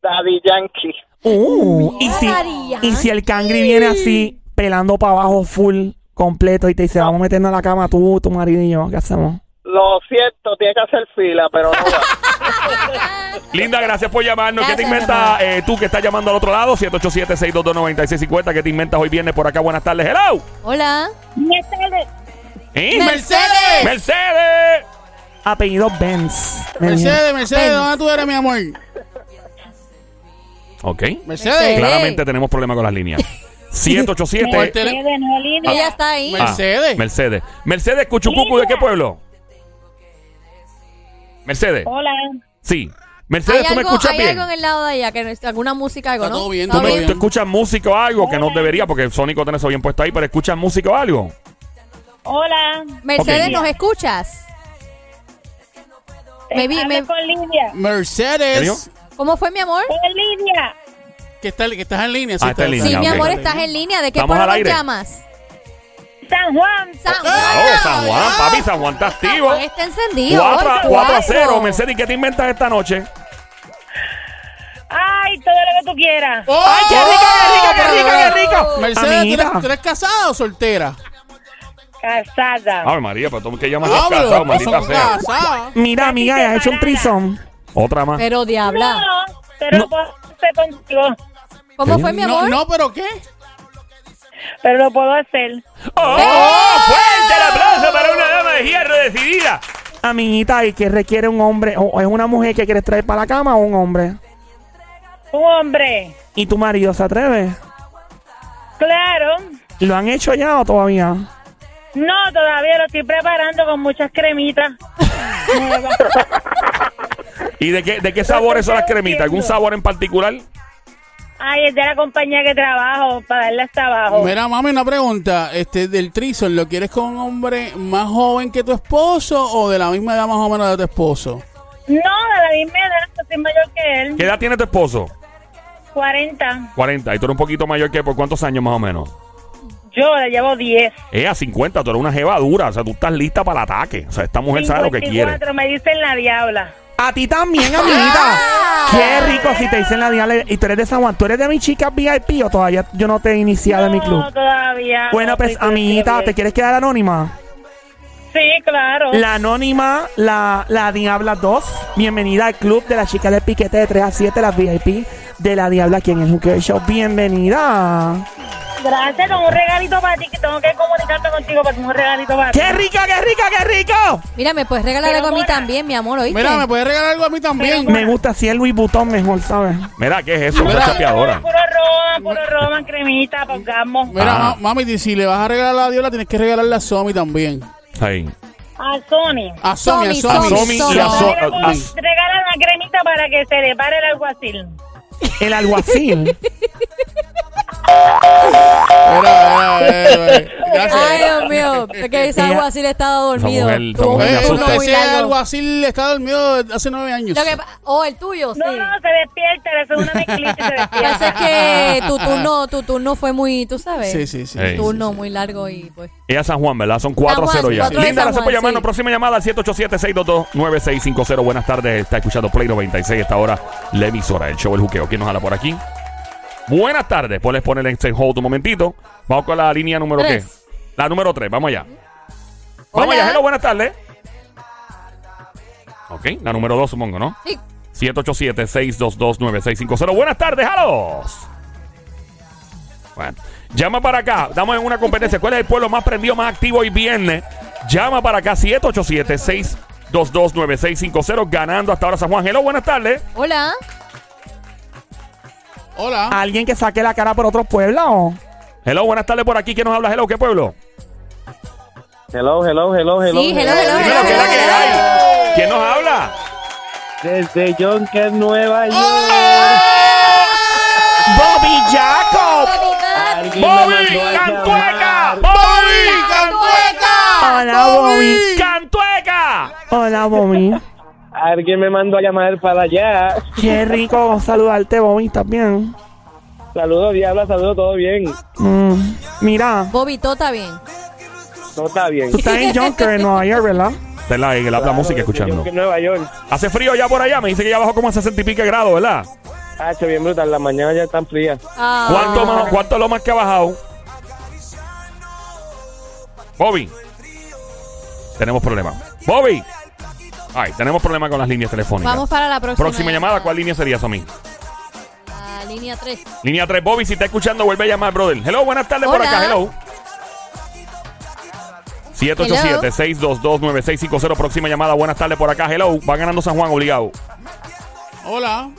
Speaker 6: Daddy Yankee.
Speaker 2: Uh, y, si,
Speaker 3: Darían.
Speaker 2: y si el cangri viene así, pelando para abajo full, completo, y te dice, vamos a meternos a la cama tú, tu marido y yo, ¿qué hacemos?
Speaker 6: Lo siento, tiene que hacer fila, pero no va.
Speaker 1: Linda, gracias por llamarnos. ¿Qué te
Speaker 3: Gracias,
Speaker 1: inventas eh, tú que estás llamando al otro lado? 787-622-9650. ¿Qué te inventas hoy viernes por acá? Buenas tardes. Hello.
Speaker 3: Hola.
Speaker 7: Buenas tardes.
Speaker 1: ¿Eh?
Speaker 3: Mercedes.
Speaker 1: Mercedes.
Speaker 2: Apellido Benz. me dijeron.
Speaker 4: Mercedes, Mercedes,
Speaker 3: Ven.
Speaker 4: ¿dónde tú eres, mi amor?
Speaker 1: Ok.
Speaker 3: Mercedes.
Speaker 4: Mercedes.
Speaker 1: Claramente tenemos problemas con las líneas. 787.
Speaker 4: Cuartel-
Speaker 7: Mercedes, no Lidia.
Speaker 3: Ella está ahí.
Speaker 1: Ah,
Speaker 4: Mercedes.
Speaker 1: Mercedes. Mercedes Cuchucucu, ¿de qué pueblo? Mercedes.
Speaker 7: Hola.
Speaker 1: Sí.
Speaker 3: Hay
Speaker 1: Mercedes, ¿tú me
Speaker 3: algo,
Speaker 1: escuchas
Speaker 3: hay
Speaker 1: bien?
Speaker 3: algo en el lado de ella, que no- alguna música, algo,
Speaker 4: Está
Speaker 3: ¿no?
Speaker 4: todo bien,
Speaker 1: ¿Tú,
Speaker 3: Está
Speaker 4: todo
Speaker 1: me-
Speaker 4: bien.
Speaker 1: tú escuchas música o algo que no debería porque el Sónico tiene eso bien puesto ahí, pero escuchas música o algo.
Speaker 7: Hola.
Speaker 3: Mercedes,
Speaker 1: Ok.
Speaker 3: ¿nos escuchas? Me vi-
Speaker 7: Hablo
Speaker 3: me-
Speaker 7: con Lidia.
Speaker 1: ¿Qué dijo?
Speaker 4: Mercedes.
Speaker 3: ¿Cómo fue, mi amor?
Speaker 7: Con Lidia.
Speaker 4: Que, está, que estás en línea.
Speaker 1: Ah, está en
Speaker 3: Sí,
Speaker 1: línea,
Speaker 3: mi
Speaker 1: ok.
Speaker 3: amor, estás en línea. ¿De qué
Speaker 1: Estamos al
Speaker 3: pueblo
Speaker 1: aire.
Speaker 3: llamas?
Speaker 7: San Juan.
Speaker 3: San
Speaker 1: Oh,
Speaker 3: Juan.
Speaker 1: San Juan, papi, San Juan está activo.
Speaker 3: Juan Está pues, encendido.
Speaker 1: 4
Speaker 3: hoy,
Speaker 1: a, 4 a
Speaker 3: cuatro.
Speaker 1: 0. Mercedes, ¿y qué te inventas esta noche?
Speaker 7: Ay, todo lo que tú quieras.
Speaker 4: ¡Ay,
Speaker 2: ¡Qué rico, qué rico, qué rico, qué rico!
Speaker 4: ¡Oh! Ah, Mercedes, ¿tú
Speaker 2: Amiguita.
Speaker 4: eres, tú eres casada o soltera?
Speaker 7: Casada.
Speaker 1: Ay, María, pero tú que llamas
Speaker 4: Ah, pero
Speaker 1: casado,
Speaker 4: son
Speaker 1: maldita sea.
Speaker 4: casadas.
Speaker 2: Mira, amiga, ya has hecho un trisón.
Speaker 1: Otra más.
Speaker 3: Pero diabla.
Speaker 7: No, pero
Speaker 2: No.
Speaker 7: lo puedo hacer contigo.
Speaker 3: ¿Cómo fue, mi
Speaker 4: No,
Speaker 3: amor?
Speaker 4: no, pero ¿qué?
Speaker 7: Pero lo puedo hacer.
Speaker 1: ¡Oh! ¡Fuerte el aplauso para una dama de hierro decidida!
Speaker 2: Amiguita, ¿y qué requiere un hombre? ¿O es una mujer que quieres traer para la cama o un hombre?
Speaker 7: Un hombre.
Speaker 2: ¿Y tu marido se atreve?
Speaker 7: Claro.
Speaker 2: ¿Lo han hecho ya o todavía?
Speaker 7: No, todavía lo estoy preparando con muchas cremitas. Nuevas.
Speaker 1: ¿Y de qué, de qué sabores son las cremitas? ¿Algún sabor en particular?
Speaker 7: Ay, es de la compañía que trabajo, para darle hasta abajo.
Speaker 4: Mira, mami, una pregunta. Este, del trison, ¿lo quieres con un hombre más joven que tu esposo o de la misma edad más o menos de tu esposo?
Speaker 7: No, de la misma edad, yo soy mayor que él.
Speaker 1: ¿Qué edad tiene tu esposo?
Speaker 7: 40.
Speaker 1: 40. Y tú eres un poquito mayor que por cuántos años más o menos.
Speaker 7: Yo le llevo 10.
Speaker 1: Eh, a 50, tú eres una jeva dura. O sea, tú estás lista para el ataque. O sea, esta mujer sabe lo que quiere.
Speaker 7: 54, me dicen la diabla.
Speaker 2: A ti también, amiguita. Qué rico si te dicen la diabla y tú eres de San Juan. ¿Tú eres de mis chicas VIP o todavía yo no te he iniciado en mi club?
Speaker 7: No, todavía.
Speaker 2: Bueno,
Speaker 7: no,
Speaker 2: pues,
Speaker 7: estoy
Speaker 2: amiguita, ¿te
Speaker 7: todavía.
Speaker 2: quieres quedar anónima?
Speaker 7: Sí, claro.
Speaker 2: La anónima, la, la Diabla 2. Bienvenida al club de las chicas del piquete de 3 a 7, las VIP de la Diabla aquí en el Juqueo Show. Bienvenida.
Speaker 7: Gracias, con un regalito para ti, que tengo que comunicarme contigo para un regalito para ti.
Speaker 2: ¡Qué rico, qué rico, qué rico!
Speaker 3: Mira, me puedes regalar
Speaker 7: Pero
Speaker 3: algo a mí
Speaker 7: mora.
Speaker 3: también, mi amor, ¿oíste?
Speaker 4: Mira, ¿me puedes regalar algo a mí también?
Speaker 2: Me gusta así el Louis Vuitton mejor, ¿sabes?
Speaker 1: Mira, ¿qué es eso?
Speaker 4: Mira.
Speaker 1: Una chapeadora.
Speaker 7: Puro Roma, puro Roma, cremita, pongamos.
Speaker 4: Mira,
Speaker 1: Ah.
Speaker 4: ma- mami, di- si le vas a regalar a Diola, tienes que regalarle a Somi también.
Speaker 1: Ahí.
Speaker 7: A Sony.
Speaker 4: A Somi, a
Speaker 3: Somi,
Speaker 1: A
Speaker 4: Somi.
Speaker 1: Somi y a, So- a-
Speaker 7: Regala
Speaker 1: a-
Speaker 7: una cremita para que se le pare el alguacil.
Speaker 2: El alguacil.
Speaker 4: Mira, mira, mira, mira.
Speaker 3: Ay,
Speaker 4: Gracias.
Speaker 3: Dios mío, es que ese
Speaker 2: Ella-
Speaker 3: agua así le estaba dormido.
Speaker 1: mujer- esa
Speaker 3: Tuvo
Speaker 1: mujer me
Speaker 4: Eh,
Speaker 3: un turno
Speaker 1: asusta.
Speaker 4: no,
Speaker 3: muy
Speaker 4: ese
Speaker 3: largo.
Speaker 4: algo así le está dormido desde hace nueve años.
Speaker 3: Lo que pa- oh, el tuyo, sí.
Speaker 7: No, no, se despierta, le hace una mezclita y
Speaker 3: Lo que
Speaker 7: se
Speaker 3: pasa es
Speaker 7: despierta.
Speaker 3: que tu turno, tu turno fue muy, tú sabes.
Speaker 4: Sí, sí, sí.
Speaker 1: Ey.
Speaker 3: Turno muy largo y pues.
Speaker 1: ella es San Juan, ¿verdad? Son 4 a
Speaker 3: San
Speaker 1: 0
Speaker 3: Juan,
Speaker 1: ya.
Speaker 3: cuatro de
Speaker 1: Linda,
Speaker 3: San
Speaker 1: gracias por
Speaker 3: Juan,
Speaker 1: llamarnos.
Speaker 3: sí.
Speaker 1: Próxima llamada al 787-622-9650. Buenas tardes. Está escuchando Play 96. Esta hora la emisora, el show El Juqueo. ¿Quién nos habla por aquí? Buenas tardes. Puedes poner en este hold un momentito. Vamos con la línea número qué?
Speaker 3: Tres.
Speaker 1: La número 3. Vamos allá. Vamos
Speaker 3: Hola.
Speaker 1: allá. Hello, buenas tardes. Ok, la número 2 supongo, ¿no?
Speaker 3: Sí.
Speaker 1: 787-622-9650. Buenas tardes, halos. Bueno, llama para acá. Damos en una competencia. ¿Cuál es el pueblo más prendido, más activo hoy viernes? Llama para acá. 787-622-9650. Ganando hasta ahora San Juan. Hello, buenas tardes.
Speaker 3: Hola. Ah.
Speaker 4: Hola.
Speaker 2: Alguien que saque la cara por otros pueblos.
Speaker 1: Hello, buenas tardes por aquí. ¿Quién nos habla? Hello, ¿qué pueblo?
Speaker 8: Hello, hello, hello, hello.
Speaker 3: Sí, hello, hello,
Speaker 1: Dímelo,
Speaker 3: hello,
Speaker 1: ¿qué es la que
Speaker 3: hello,
Speaker 1: hay?
Speaker 3: hello.
Speaker 1: ¿Quién nos habla?
Speaker 8: Desde Jonker, Nueva York.
Speaker 2: ¡Bobby Jacob!
Speaker 8: Alguien me
Speaker 1: ¡Bobby
Speaker 8: mandó a
Speaker 1: Cantueca!
Speaker 8: llamar.
Speaker 1: ¡Bobby Cantueca!
Speaker 2: Hola,
Speaker 3: Ah,
Speaker 2: Bobby.
Speaker 1: ¡Cantueca!
Speaker 2: Hola, Bobby.
Speaker 8: Alguien me mandó a llamar para allá.
Speaker 2: Qué rico saludarte, Bobby, también.
Speaker 8: Saludos, Diabla, saludos, todo bien.
Speaker 2: Mm, Mira,
Speaker 3: Bobby, todo está bien.
Speaker 8: Todo está bien.
Speaker 2: tú estás en Junker en Nueva York, ¿verdad?
Speaker 1: Está en la, en la- la música escuchando.
Speaker 8: Que en Nueva York.
Speaker 1: Hace frío ya por allá. Me dice que ya bajó como a 60 y pico de grados, ¿verdad?
Speaker 8: Hacho, Ah, bien brutal. Las mañanas ya están frías.
Speaker 3: Ah.
Speaker 1: ¿Cuánto, más- ¿Cuánto es lo más que ha bajado? Bobby. Tenemos problema. Bobby. Ay, tenemos problema con las líneas telefónicas.
Speaker 3: Vamos para la próxima.
Speaker 1: Próxima llamada, ¿cuál línea sería, Somi?
Speaker 3: La línea 3.
Speaker 1: Línea 3, Bobby, si está escuchando, vuelve a llamar, brother. Hello, buenas tardes por
Speaker 3: Hola.
Speaker 1: acá, hello. 787-622-9650, próxima llamada, buenas tardes por acá, hello. Va ganando San Juan, obligado.
Speaker 4: Hola.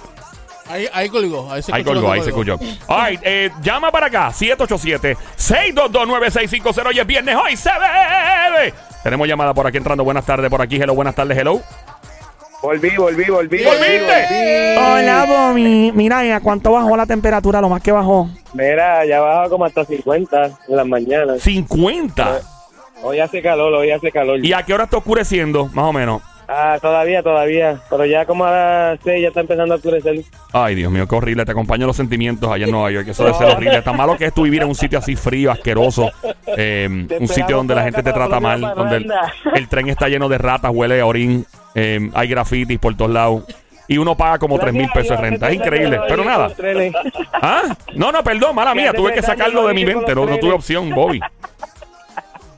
Speaker 4: Ahí, ahí colgó. Ahí se
Speaker 1: Ahí
Speaker 4: escuchó
Speaker 1: colgó, ahí se
Speaker 4: cuando
Speaker 1: escuchó. All right, eh, llama para acá, 787-622-9650. Hoy es viernes, hoy se bebe. Tenemos llamada por aquí entrando, buenas tardes por aquí, hello, buenas tardes, hello.
Speaker 8: Volví, volví, volví.
Speaker 1: ¡Volviste!
Speaker 3: Eh.
Speaker 2: Hola, Bomi. Mira, ¿y ¿a cuánto bajó la temperatura? Lo más que bajó.
Speaker 8: Mira, ya bajaba como hasta 50 en las mañanas.
Speaker 1: 50.
Speaker 8: Hoy hace calor, hoy hace calor.
Speaker 1: ¿Y a qué hora está oscureciendo, más o menos?
Speaker 8: Ah, todavía, todavía. Pero ya como a las 6 ya está empezando a oscurecer.
Speaker 1: Ay, Dios mío, qué horrible. Te acompaño los sentimientos allá en Nueva York. Eso debe ser horrible. Tan malo que es tú vivir en un sitio así frío, asqueroso. eh, un
Speaker 8: esperamos
Speaker 1: sitio donde la
Speaker 8: por
Speaker 1: gente
Speaker 8: acá
Speaker 1: te
Speaker 8: para
Speaker 1: trata
Speaker 8: la
Speaker 1: mal.
Speaker 8: próxima
Speaker 1: Donde el,
Speaker 8: parranda.
Speaker 1: el tren está lleno de ratas, huele a orín. eh, hay grafitis por todos lados. Y uno paga como 3 mil pesos de renta. Es increíble. Pero nada. ¿Ah? No, no, perdón, mala mía. Tuve que sacarlo de mi mente. No, no tuve opción, Bobby.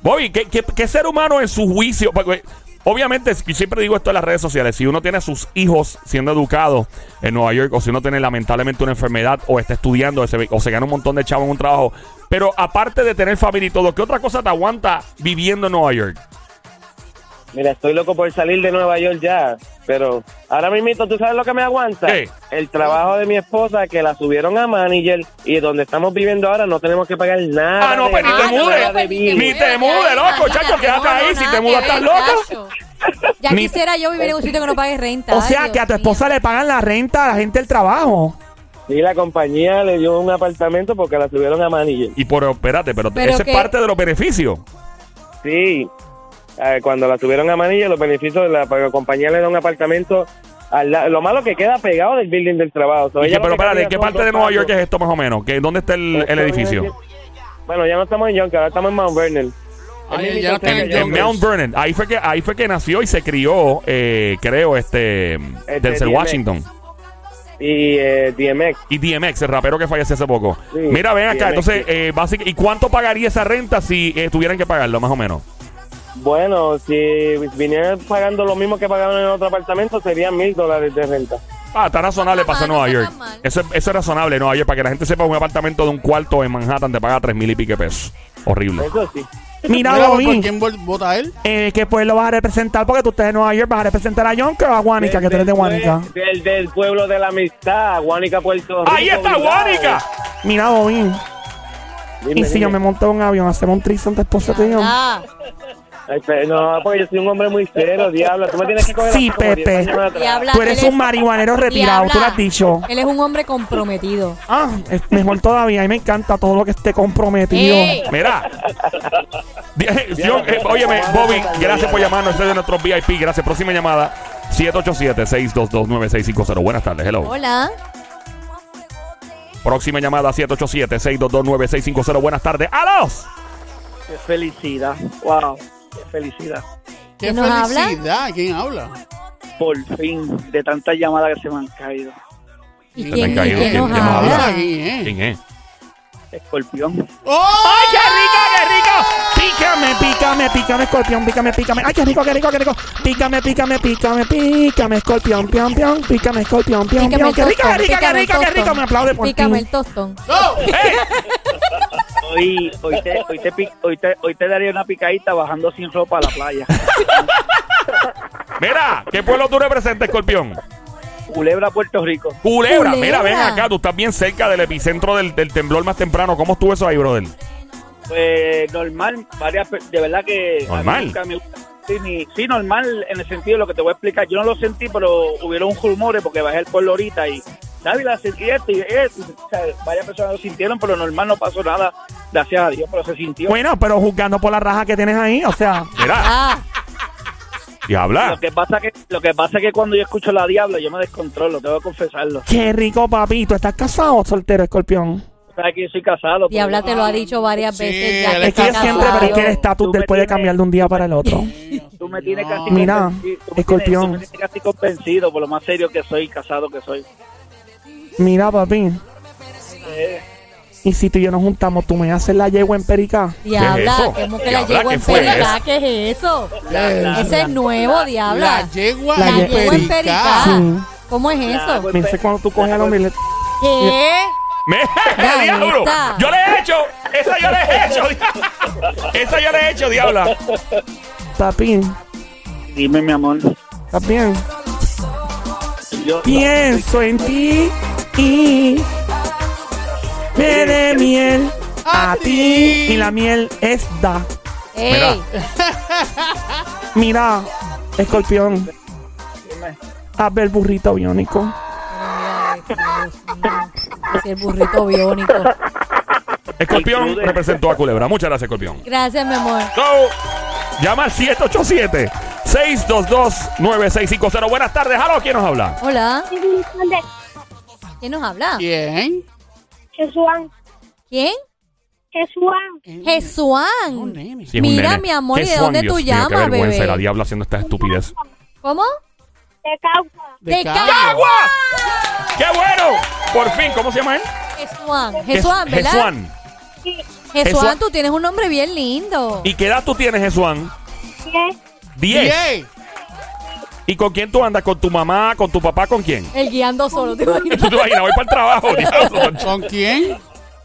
Speaker 1: Bobby, ¿qué, qué, qué ser humano en su juicio? Porque, obviamente, si- siempre digo esto en las redes sociales. Si uno tiene a sus hijos siendo educados en Nueva York, o si uno tiene lamentablemente una enfermedad, o está estudiando, o se, o se gana un montón de chavo en un trabajo. Pero aparte de tener familia y todo, ¿qué otra cosa te aguanta viviendo en Nueva York?
Speaker 8: Mira, estoy loco por salir de Nueva York ya, pero ahora mismo, ¿tú sabes lo que me aguanta?
Speaker 1: ¿Qué?
Speaker 8: El trabajo de mi esposa que la subieron a manager y donde estamos viviendo ahora no tenemos que pagar nada.
Speaker 1: Ah, no,
Speaker 8: de-
Speaker 1: pero ni te
Speaker 8: nada
Speaker 1: mudes.
Speaker 8: de bill.
Speaker 1: Ni te mudes, loco, chacho, quédate ahí. Si te mudas, estás loco.
Speaker 3: loco. Ya
Speaker 1: Ni-
Speaker 3: quisiera yo vivir en un sitio que no pague renta.
Speaker 2: O
Speaker 3: Ay,
Speaker 2: sea,
Speaker 3: Dios
Speaker 2: que a tu
Speaker 3: mío.
Speaker 2: esposa le pagan la renta a la gente del trabajo.
Speaker 8: Sí, la compañía le dio un apartamento porque la subieron a manager.
Speaker 1: Y por, espérate, pero,
Speaker 3: Pero
Speaker 1: ese
Speaker 3: que-
Speaker 1: es parte de los beneficios.
Speaker 8: Sí, eh, cuando la subieron a manager, los beneficios de la, la compañía le da un apartamento. al la- lo malo que queda pegado del building del trabajo. O sea,
Speaker 1: Y que-
Speaker 8: ella lo
Speaker 1: pero
Speaker 8: que
Speaker 1: espérate,
Speaker 8: cambia
Speaker 1: ¿en qué
Speaker 8: son
Speaker 1: parte
Speaker 8: dos
Speaker 1: de Nueva
Speaker 8: pasos.
Speaker 1: York es esto más o menos? ¿Que, ¿Dónde está el, el
Speaker 8: Esto es-
Speaker 1: edificio?
Speaker 8: Bueno, ya no estamos en Yonkers, ahora estamos en Mount Vernon.
Speaker 4: Ahí
Speaker 8: Es mi
Speaker 4: ya no
Speaker 8: situación
Speaker 4: están en
Speaker 1: En
Speaker 4: Yonkers.
Speaker 1: Mount Vernon. Ahí fue que ahí fue que nació y se crió, eh, creo, este Denzel
Speaker 8: DMX.
Speaker 1: Washington.
Speaker 8: Y eh, DMX.
Speaker 1: Y DMX, el rapero que falleció hace poco.
Speaker 8: Sí,
Speaker 1: Mira, ven acá.
Speaker 8: DMX.
Speaker 1: Entonces, eh, básica- ¿y cuánto pagaría esa renta si eh, tuvieran que pagarlo, más o menos?
Speaker 8: Bueno, si vinieran pagando lo mismo que pagaron en otro apartamento, serían mil dólares de renta.
Speaker 1: Ah, está razonable
Speaker 3: Está
Speaker 1: para
Speaker 3: mal,
Speaker 1: Nueva
Speaker 3: no está
Speaker 1: York.
Speaker 3: tan mal.
Speaker 1: Eso, es- eso es razonable, Nueva York. Para que la gente sepa, un apartamento de un cuarto en Manhattan te paga tres mil y pique pesos. Horrible.
Speaker 8: Eso sí.
Speaker 2: Mira,
Speaker 4: Mira, ¿por
Speaker 2: Bomi,
Speaker 4: quién vol- vota él?
Speaker 2: eh, ¿qué pueblo vas a representar? Porque tú estás en Nueva York, vas a representar a Yonker o a Guanica, que tú eres de Guanica.
Speaker 8: Del, del pueblo de la amistad, Guanica, Puerto Rico.
Speaker 1: ¡Ahí está
Speaker 8: obligado.
Speaker 1: Guanica!
Speaker 2: Mira, Bomi,
Speaker 8: Dime,
Speaker 2: y si
Speaker 8: dime.
Speaker 2: yo me monto en un avión, hacemos un trison de esposa tuyo.
Speaker 3: Ah,
Speaker 8: Ay, pero no, porque yo soy un hombre muy cero, diablo. Tú me tienes que coger
Speaker 2: Sí,
Speaker 8: las como diez
Speaker 2: Pepe.
Speaker 8: años atrás.
Speaker 3: diabla,
Speaker 2: Tú eres
Speaker 3: él es-
Speaker 2: un marihuanero retirado, tú lo
Speaker 3: Diabla,
Speaker 2: has dicho.
Speaker 3: Él es un hombre comprometido.
Speaker 2: Ah, es mejor todavía, a mí me encanta todo lo que esté comprometido.
Speaker 3: Ey.
Speaker 1: Mira. Di- Yo- eh, óyeme, Bobby, gracias por llamarnos. Este es de nuestros VIP. Gracias. Próxima llamada. 787-622-9650. Buenas tardes. Hello.
Speaker 3: Hola.
Speaker 1: Próxima llamada. 787-622-9650. Buenas tardes. ¡A los!
Speaker 9: Qué felicidad. Wow, qué felicidad.
Speaker 4: ¿Qué
Speaker 3: ¿Quién nos habla?
Speaker 4: felicidad? ¿Quién habla?
Speaker 9: Por fin, de tantas llamadas que se me han caído.
Speaker 3: ¿Y
Speaker 1: Se
Speaker 3: quién,
Speaker 1: me cayó,
Speaker 3: y quién
Speaker 1: ¿quién-
Speaker 3: nos
Speaker 1: quién nos
Speaker 3: habla?
Speaker 1: habla?
Speaker 4: ¿Quién es?
Speaker 1: ¿Quién es?
Speaker 9: Escorpión.
Speaker 4: ¿eh? ¡Oh!
Speaker 2: ¡Ay, qué rico, qué rico! Pícame, pícame, pícame, escorpión, pícame, pícame. ¡Ay, qué rico, qué rico, qué rico! Pícame, pícame, pícame, pícame, escorpión, pión, pión, pícame, escorpión, pión,
Speaker 3: Pícame
Speaker 2: pión.
Speaker 3: el
Speaker 2: ¡Qué rico,
Speaker 3: tostón,
Speaker 2: qué rico, qué
Speaker 3: pícame el
Speaker 2: rico, qué rico!
Speaker 3: tostón.
Speaker 2: Me aplaude por ti.
Speaker 3: Pícame el tostón.
Speaker 9: Hoy, hoy, te, hoy, te, pi- hoy, te, hoy te daría una picadita bajando sin ropa a la playa.
Speaker 1: Mira, ¿qué pueblo tú representas, escorpión?
Speaker 9: Culebra, Puerto Rico.
Speaker 1: Culebra.
Speaker 3: Culebra.
Speaker 1: Mira, ven acá. Tú estás bien cerca del epicentro del, del temblor más temprano. ¿Cómo estuvo eso ahí, brother?
Speaker 9: Pues normal, varias, pe- de verdad que... a mí
Speaker 1: Normal.
Speaker 9: nunca me gusta- Sí, ni- sí, normal en el sentido de lo que te voy a explicar. Yo no lo sentí, pero hubieron rumores porque bajé el pueblo ahorita y... Dávila, sentí esto y esto. O sea, varias personas lo sintieron, pero normal no pasó nada. Gracias a Dios, pero se sintió.
Speaker 2: Bueno, pero juzgando por la raja que tienes ahí, o sea,
Speaker 1: Mira,
Speaker 3: Ah,
Speaker 1: y habla.
Speaker 9: Lo que pasa que lo que pasa que cuando yo escucho la diabla yo me descontrolo, tengo que confesarlo.
Speaker 2: qué rico, papi. ¿Tú estás casado o soltero, escorpión?
Speaker 9: sabes que yo soy casado. pero-
Speaker 3: Diabla te lo ha dicho varias
Speaker 4: Sí,
Speaker 3: veces ya.
Speaker 4: él
Speaker 3: que
Speaker 2: Es que
Speaker 3: está
Speaker 2: ella siempre, pero es que el
Speaker 3: casado.
Speaker 2: estatus
Speaker 9: Tú
Speaker 2: de él
Speaker 9: me
Speaker 2: puede
Speaker 9: tienes-
Speaker 2: cambiar de un día para el otro.
Speaker 9: Tú me tienes casi
Speaker 2: Mira,
Speaker 9: convencido, tú me
Speaker 2: escorpión.
Speaker 9: tienes- tú me tienes casi convencido por lo más serio que soy, casado que soy.
Speaker 2: Mira, papi. Y si tú y yo nos juntamos, tú me haces la yegua en Pericá.
Speaker 3: Diabla,
Speaker 1: ¿Qué es eso?
Speaker 3: que mujer
Speaker 1: Diabla,
Speaker 3: la llevo
Speaker 1: ¿qué
Speaker 3: en
Speaker 1: fue
Speaker 3: Pericá,
Speaker 1: eso?
Speaker 3: ¿qué es eso?
Speaker 4: La- la-
Speaker 3: Ese es nuevo,
Speaker 4: La
Speaker 3: Diabla.
Speaker 4: yegua
Speaker 2: La
Speaker 3: La llevo en
Speaker 4: en
Speaker 3: Pericá.
Speaker 4: Pericá.
Speaker 2: Sí.
Speaker 3: ¿Cómo es eso?
Speaker 2: Me dice cuando tú coges a los miles.
Speaker 3: ¿Qué?
Speaker 1: Me-
Speaker 3: Dale,
Speaker 1: ¡Diablo!
Speaker 3: está.
Speaker 1: Yo le he hecho. Esa yo le he hecho. diabla. Esa yo le he hecho, diabla.
Speaker 2: Papi,
Speaker 9: Dime, mi amor.
Speaker 2: ¿estás bien?
Speaker 9: Yo,
Speaker 2: Pienso en ti y me de miel a ti. Y la miel es da.
Speaker 3: Ey,
Speaker 2: Mira, escorpión.
Speaker 9: Dime.
Speaker 2: Haz ver burrito biónico.
Speaker 3: si el burrito biónico.
Speaker 1: Escorpión representó a Culebra. Muchas gracias, Escorpión.
Speaker 3: Gracias, mi amor.
Speaker 1: Go. Llama al 787-622-9650. Buenas tardes. Halo, ¿quién nos habla?
Speaker 3: Hola. ¿Quién nos habla?
Speaker 4: ¿Quién?
Speaker 7: Jesuán,
Speaker 3: ¿Quién?
Speaker 7: Jesuán.
Speaker 4: Un
Speaker 3: Jesuán.
Speaker 4: nene.
Speaker 1: Sí, es un
Speaker 3: Mira,
Speaker 1: nene.
Speaker 3: mi amor,
Speaker 1: Qué
Speaker 3: ¿y de
Speaker 1: suan,
Speaker 3: dónde
Speaker 1: Dios
Speaker 3: tú
Speaker 1: mío, Qué
Speaker 3: llamas,
Speaker 1: vergüenza
Speaker 3: bebé?
Speaker 1: la diabla haciendo esta estupidez.
Speaker 3: ¿Cómo?
Speaker 7: De Cauca.
Speaker 3: De
Speaker 4: Cagua.
Speaker 3: Cagua.
Speaker 1: ¡Agua! ¡Qué bueno! Por fin, ¿cómo se llama él?
Speaker 3: Jesuán. Jesuán, ¿verdad?
Speaker 1: Jesuán.
Speaker 3: Jesuán,
Speaker 1: Jesuán.
Speaker 3: tú tienes un nombre bien lindo.
Speaker 1: ¿Y qué edad tú tienes, Jesuán? Diez.
Speaker 4: Bien.
Speaker 1: ¿Y con quién tú andas? ¿Con tu mamá? ¿Con tu papá? ¿Con quién?
Speaker 3: El guiando solo, ¿te imaginas?
Speaker 1: Tú te imaginas, voy para el trabajo. diablo.
Speaker 4: ¿Con quién?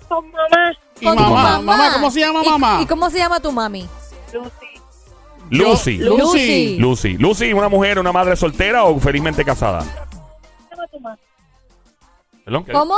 Speaker 7: Con mamá.
Speaker 4: Y
Speaker 3: Con tu
Speaker 4: mamá. Mamá, ¿cómo se llama
Speaker 3: ¿Y-
Speaker 4: mamá?
Speaker 3: ¿Y cómo se llama tu mami?
Speaker 1: Lucy.
Speaker 4: Yo-
Speaker 3: Lucy.
Speaker 1: Lucy. Lucy, ¿una mujer, una madre soltera o felizmente casada? ¿Perdón?
Speaker 3: ¿Cómo?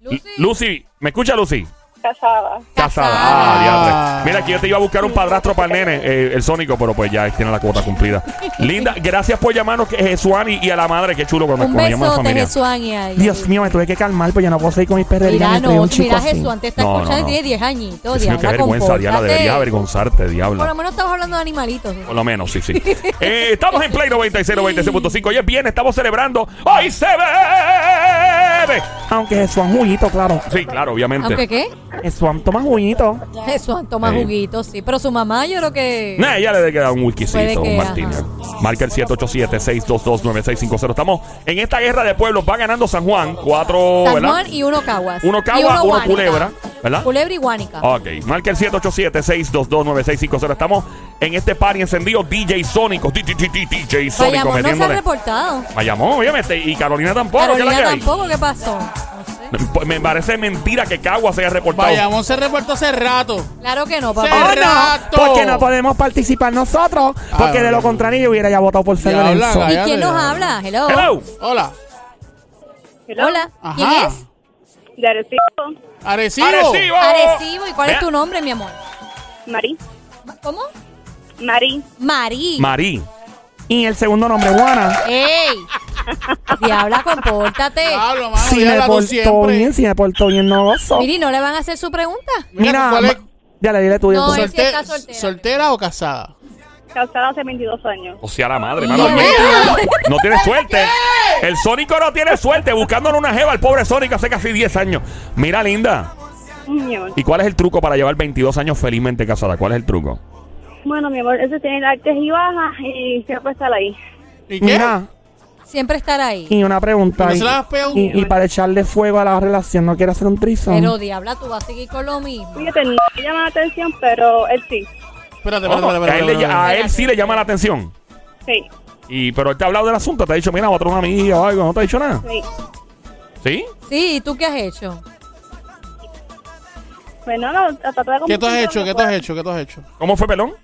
Speaker 1: L- Lucy, ¿me escucha Lucy?
Speaker 7: Casada.
Speaker 1: Casada.
Speaker 3: Casada.
Speaker 1: Ah, diantre. Mira, aquí yo te iba a buscar un padrastro para el nene, eh, el sónico, pero pues ya tiene la cuota cumplida. Linda, gracias por llamarnos, que Jesuán y, y a la madre, qué chulo cuando,
Speaker 3: Un
Speaker 1: cuando llaman a la
Speaker 3: besote,
Speaker 1: familia.
Speaker 3: Jesuán. Y ahí.
Speaker 2: Dios mío, me tuve que calmar, pues ya no puedo seguir con mis perrerías.
Speaker 3: Mira,
Speaker 2: me trae
Speaker 3: no,
Speaker 2: un chico
Speaker 3: mira,
Speaker 2: así.
Speaker 3: Jesuán, te está
Speaker 1: No, no,
Speaker 3: escuchando y
Speaker 1: no.
Speaker 3: tiene 10 añitos.
Speaker 1: Dios mío, qué
Speaker 3: Diabla,
Speaker 1: vergüenza, Diana,
Speaker 3: compórtate.
Speaker 1: debería avergonzarte,
Speaker 3: Por lo
Speaker 1: diabla.
Speaker 3: menos estamos hablando de animalitos.
Speaker 1: Por lo menos, sí, sí. Eh, estamos en Play 96, 96.5. Hoy es bien, estamos celebrando. ¡Hoy se bebe!
Speaker 2: Aunque Jesuán juguito, claro.
Speaker 1: Sí, claro, obviamente.
Speaker 3: Aunque qué,
Speaker 2: Jesuán toma juguito.
Speaker 3: Jesuán toma
Speaker 1: Sí.
Speaker 3: juguitos, sí. Pero su mamá yo creo que...
Speaker 1: Nah, ya le debe quedar un
Speaker 3: Puede
Speaker 1: whiskycito,
Speaker 3: que,
Speaker 1: un martini.
Speaker 3: ajá.
Speaker 1: Marca el 787-622-9650. Estamos en esta guerra de pueblos. Va ganando San Juan. Cuatro,
Speaker 3: San
Speaker 1: ¿verdad?
Speaker 3: Juan y uno Caguas.
Speaker 1: Uno Cagua,
Speaker 3: Y
Speaker 1: uno
Speaker 3: Guánica.
Speaker 1: Culebra, ¿verdad? Ah,
Speaker 3: Culebra y Guánica.
Speaker 1: Ok, marca el 787-622-9650. Estamos en este party encendido. DJ Sónico. D- D- D- D- DJ Sónico
Speaker 3: Bayamón no se ha
Speaker 1: metiéndole.
Speaker 3: reportado.
Speaker 1: Bayamón, obviamente. Y Carolina tampoco. ¿qué es la
Speaker 3: Carolina
Speaker 1: que hay? Pues,
Speaker 3: tampoco, ¿qué pasó? No sé.
Speaker 1: Me parece mentira que Cagua se haya reportado.
Speaker 4: Vayamos se reportó hace rato.
Speaker 3: Claro que no,
Speaker 4: Se-
Speaker 3: papá.
Speaker 2: ¡Oh, no!
Speaker 4: rato!
Speaker 2: Porque no podemos participar nosotros. Porque de lo contrario yo hubiera ya votado por San
Speaker 4: Ya habla,
Speaker 2: Lorenzo.
Speaker 3: ¿Y
Speaker 4: gaya.
Speaker 3: quién nos habla? Hello.
Speaker 1: Hello.
Speaker 4: Hola.
Speaker 3: Hola.
Speaker 4: Ajá.
Speaker 3: ¿Quién es?
Speaker 7: De Arecibo.
Speaker 4: Arecibo.
Speaker 1: Arecibo.
Speaker 3: Arecibo. ¿Y cuál
Speaker 1: Oh. Vea.
Speaker 3: es tu nombre, mi amor?
Speaker 7: Marí.
Speaker 3: Ma- ¿Cómo?
Speaker 7: Marí.
Speaker 3: Marí.
Speaker 1: Marí.
Speaker 2: Y el segundo nombre, Juana.
Speaker 3: ¡Ey! Diabla, compórtate.
Speaker 1: Ah.
Speaker 4: Hablo, mano,
Speaker 2: Si me
Speaker 4: diabla tú
Speaker 2: portó
Speaker 4: siempre.
Speaker 2: bien, si me portó bien, no gozo.
Speaker 3: Miri, ¿no le van a hacer su pregunta?
Speaker 4: Mira,
Speaker 2: Mira,
Speaker 4: ¿cuál es?
Speaker 2: ma- ya le dile tu
Speaker 3: No, eh. es-
Speaker 2: entonces.
Speaker 4: Solte-
Speaker 3: está soltera.
Speaker 4: ¿Soltera o casada?
Speaker 7: Casada hace 22 años.
Speaker 1: O sea, la madre, mano.
Speaker 3: Dios
Speaker 1: no-
Speaker 3: mío.
Speaker 1: No tiene suerte. El Sónico no tiene suerte. Buscándole una jeva al pobre Sónico hace casi 10 años. Mira, linda.
Speaker 7: Mi amor.
Speaker 1: ¿Y cuál es el truco para llevar 22 años felizmente casada? ¿Cuál es el truco?
Speaker 7: Bueno, mi amor, eso tiene altas y bajas y siempre estar ahí.
Speaker 4: ¿Y qué?
Speaker 2: Mira,
Speaker 3: Siempre estar ahí.
Speaker 2: y una pregunta.
Speaker 4: ¿No
Speaker 2: y-
Speaker 4: se la has pegado?
Speaker 2: y, y para echarle fuego a la relación, ¿no quiere hacer un trizón?
Speaker 3: Pero, Diabla, tú vas a seguir con lo mismo.
Speaker 7: Fíjate, no me llama la atención, pero él sí.
Speaker 4: Espérate, espérate,
Speaker 1: ¿Cómo?
Speaker 4: espérate,
Speaker 1: A él le-
Speaker 4: espérate, espérate.
Speaker 1: a él sí le llama la atención.
Speaker 7: Sí,
Speaker 1: Y, pero él te ha hablado del asunto, te ha dicho, mira, otro una amiga o algo, no te ha dicho nada.
Speaker 7: sí.
Speaker 1: ¿Sí?
Speaker 3: Sí, ¿y tú qué has hecho?
Speaker 7: Bueno, Pues no, a tratar
Speaker 4: ¿Qué
Speaker 7: de
Speaker 4: tú has
Speaker 7: complacerlo
Speaker 4: hecho? ¿Qué tú has hecho? ¿Qué tú has hecho?
Speaker 1: ¿Cómo fue, pelón?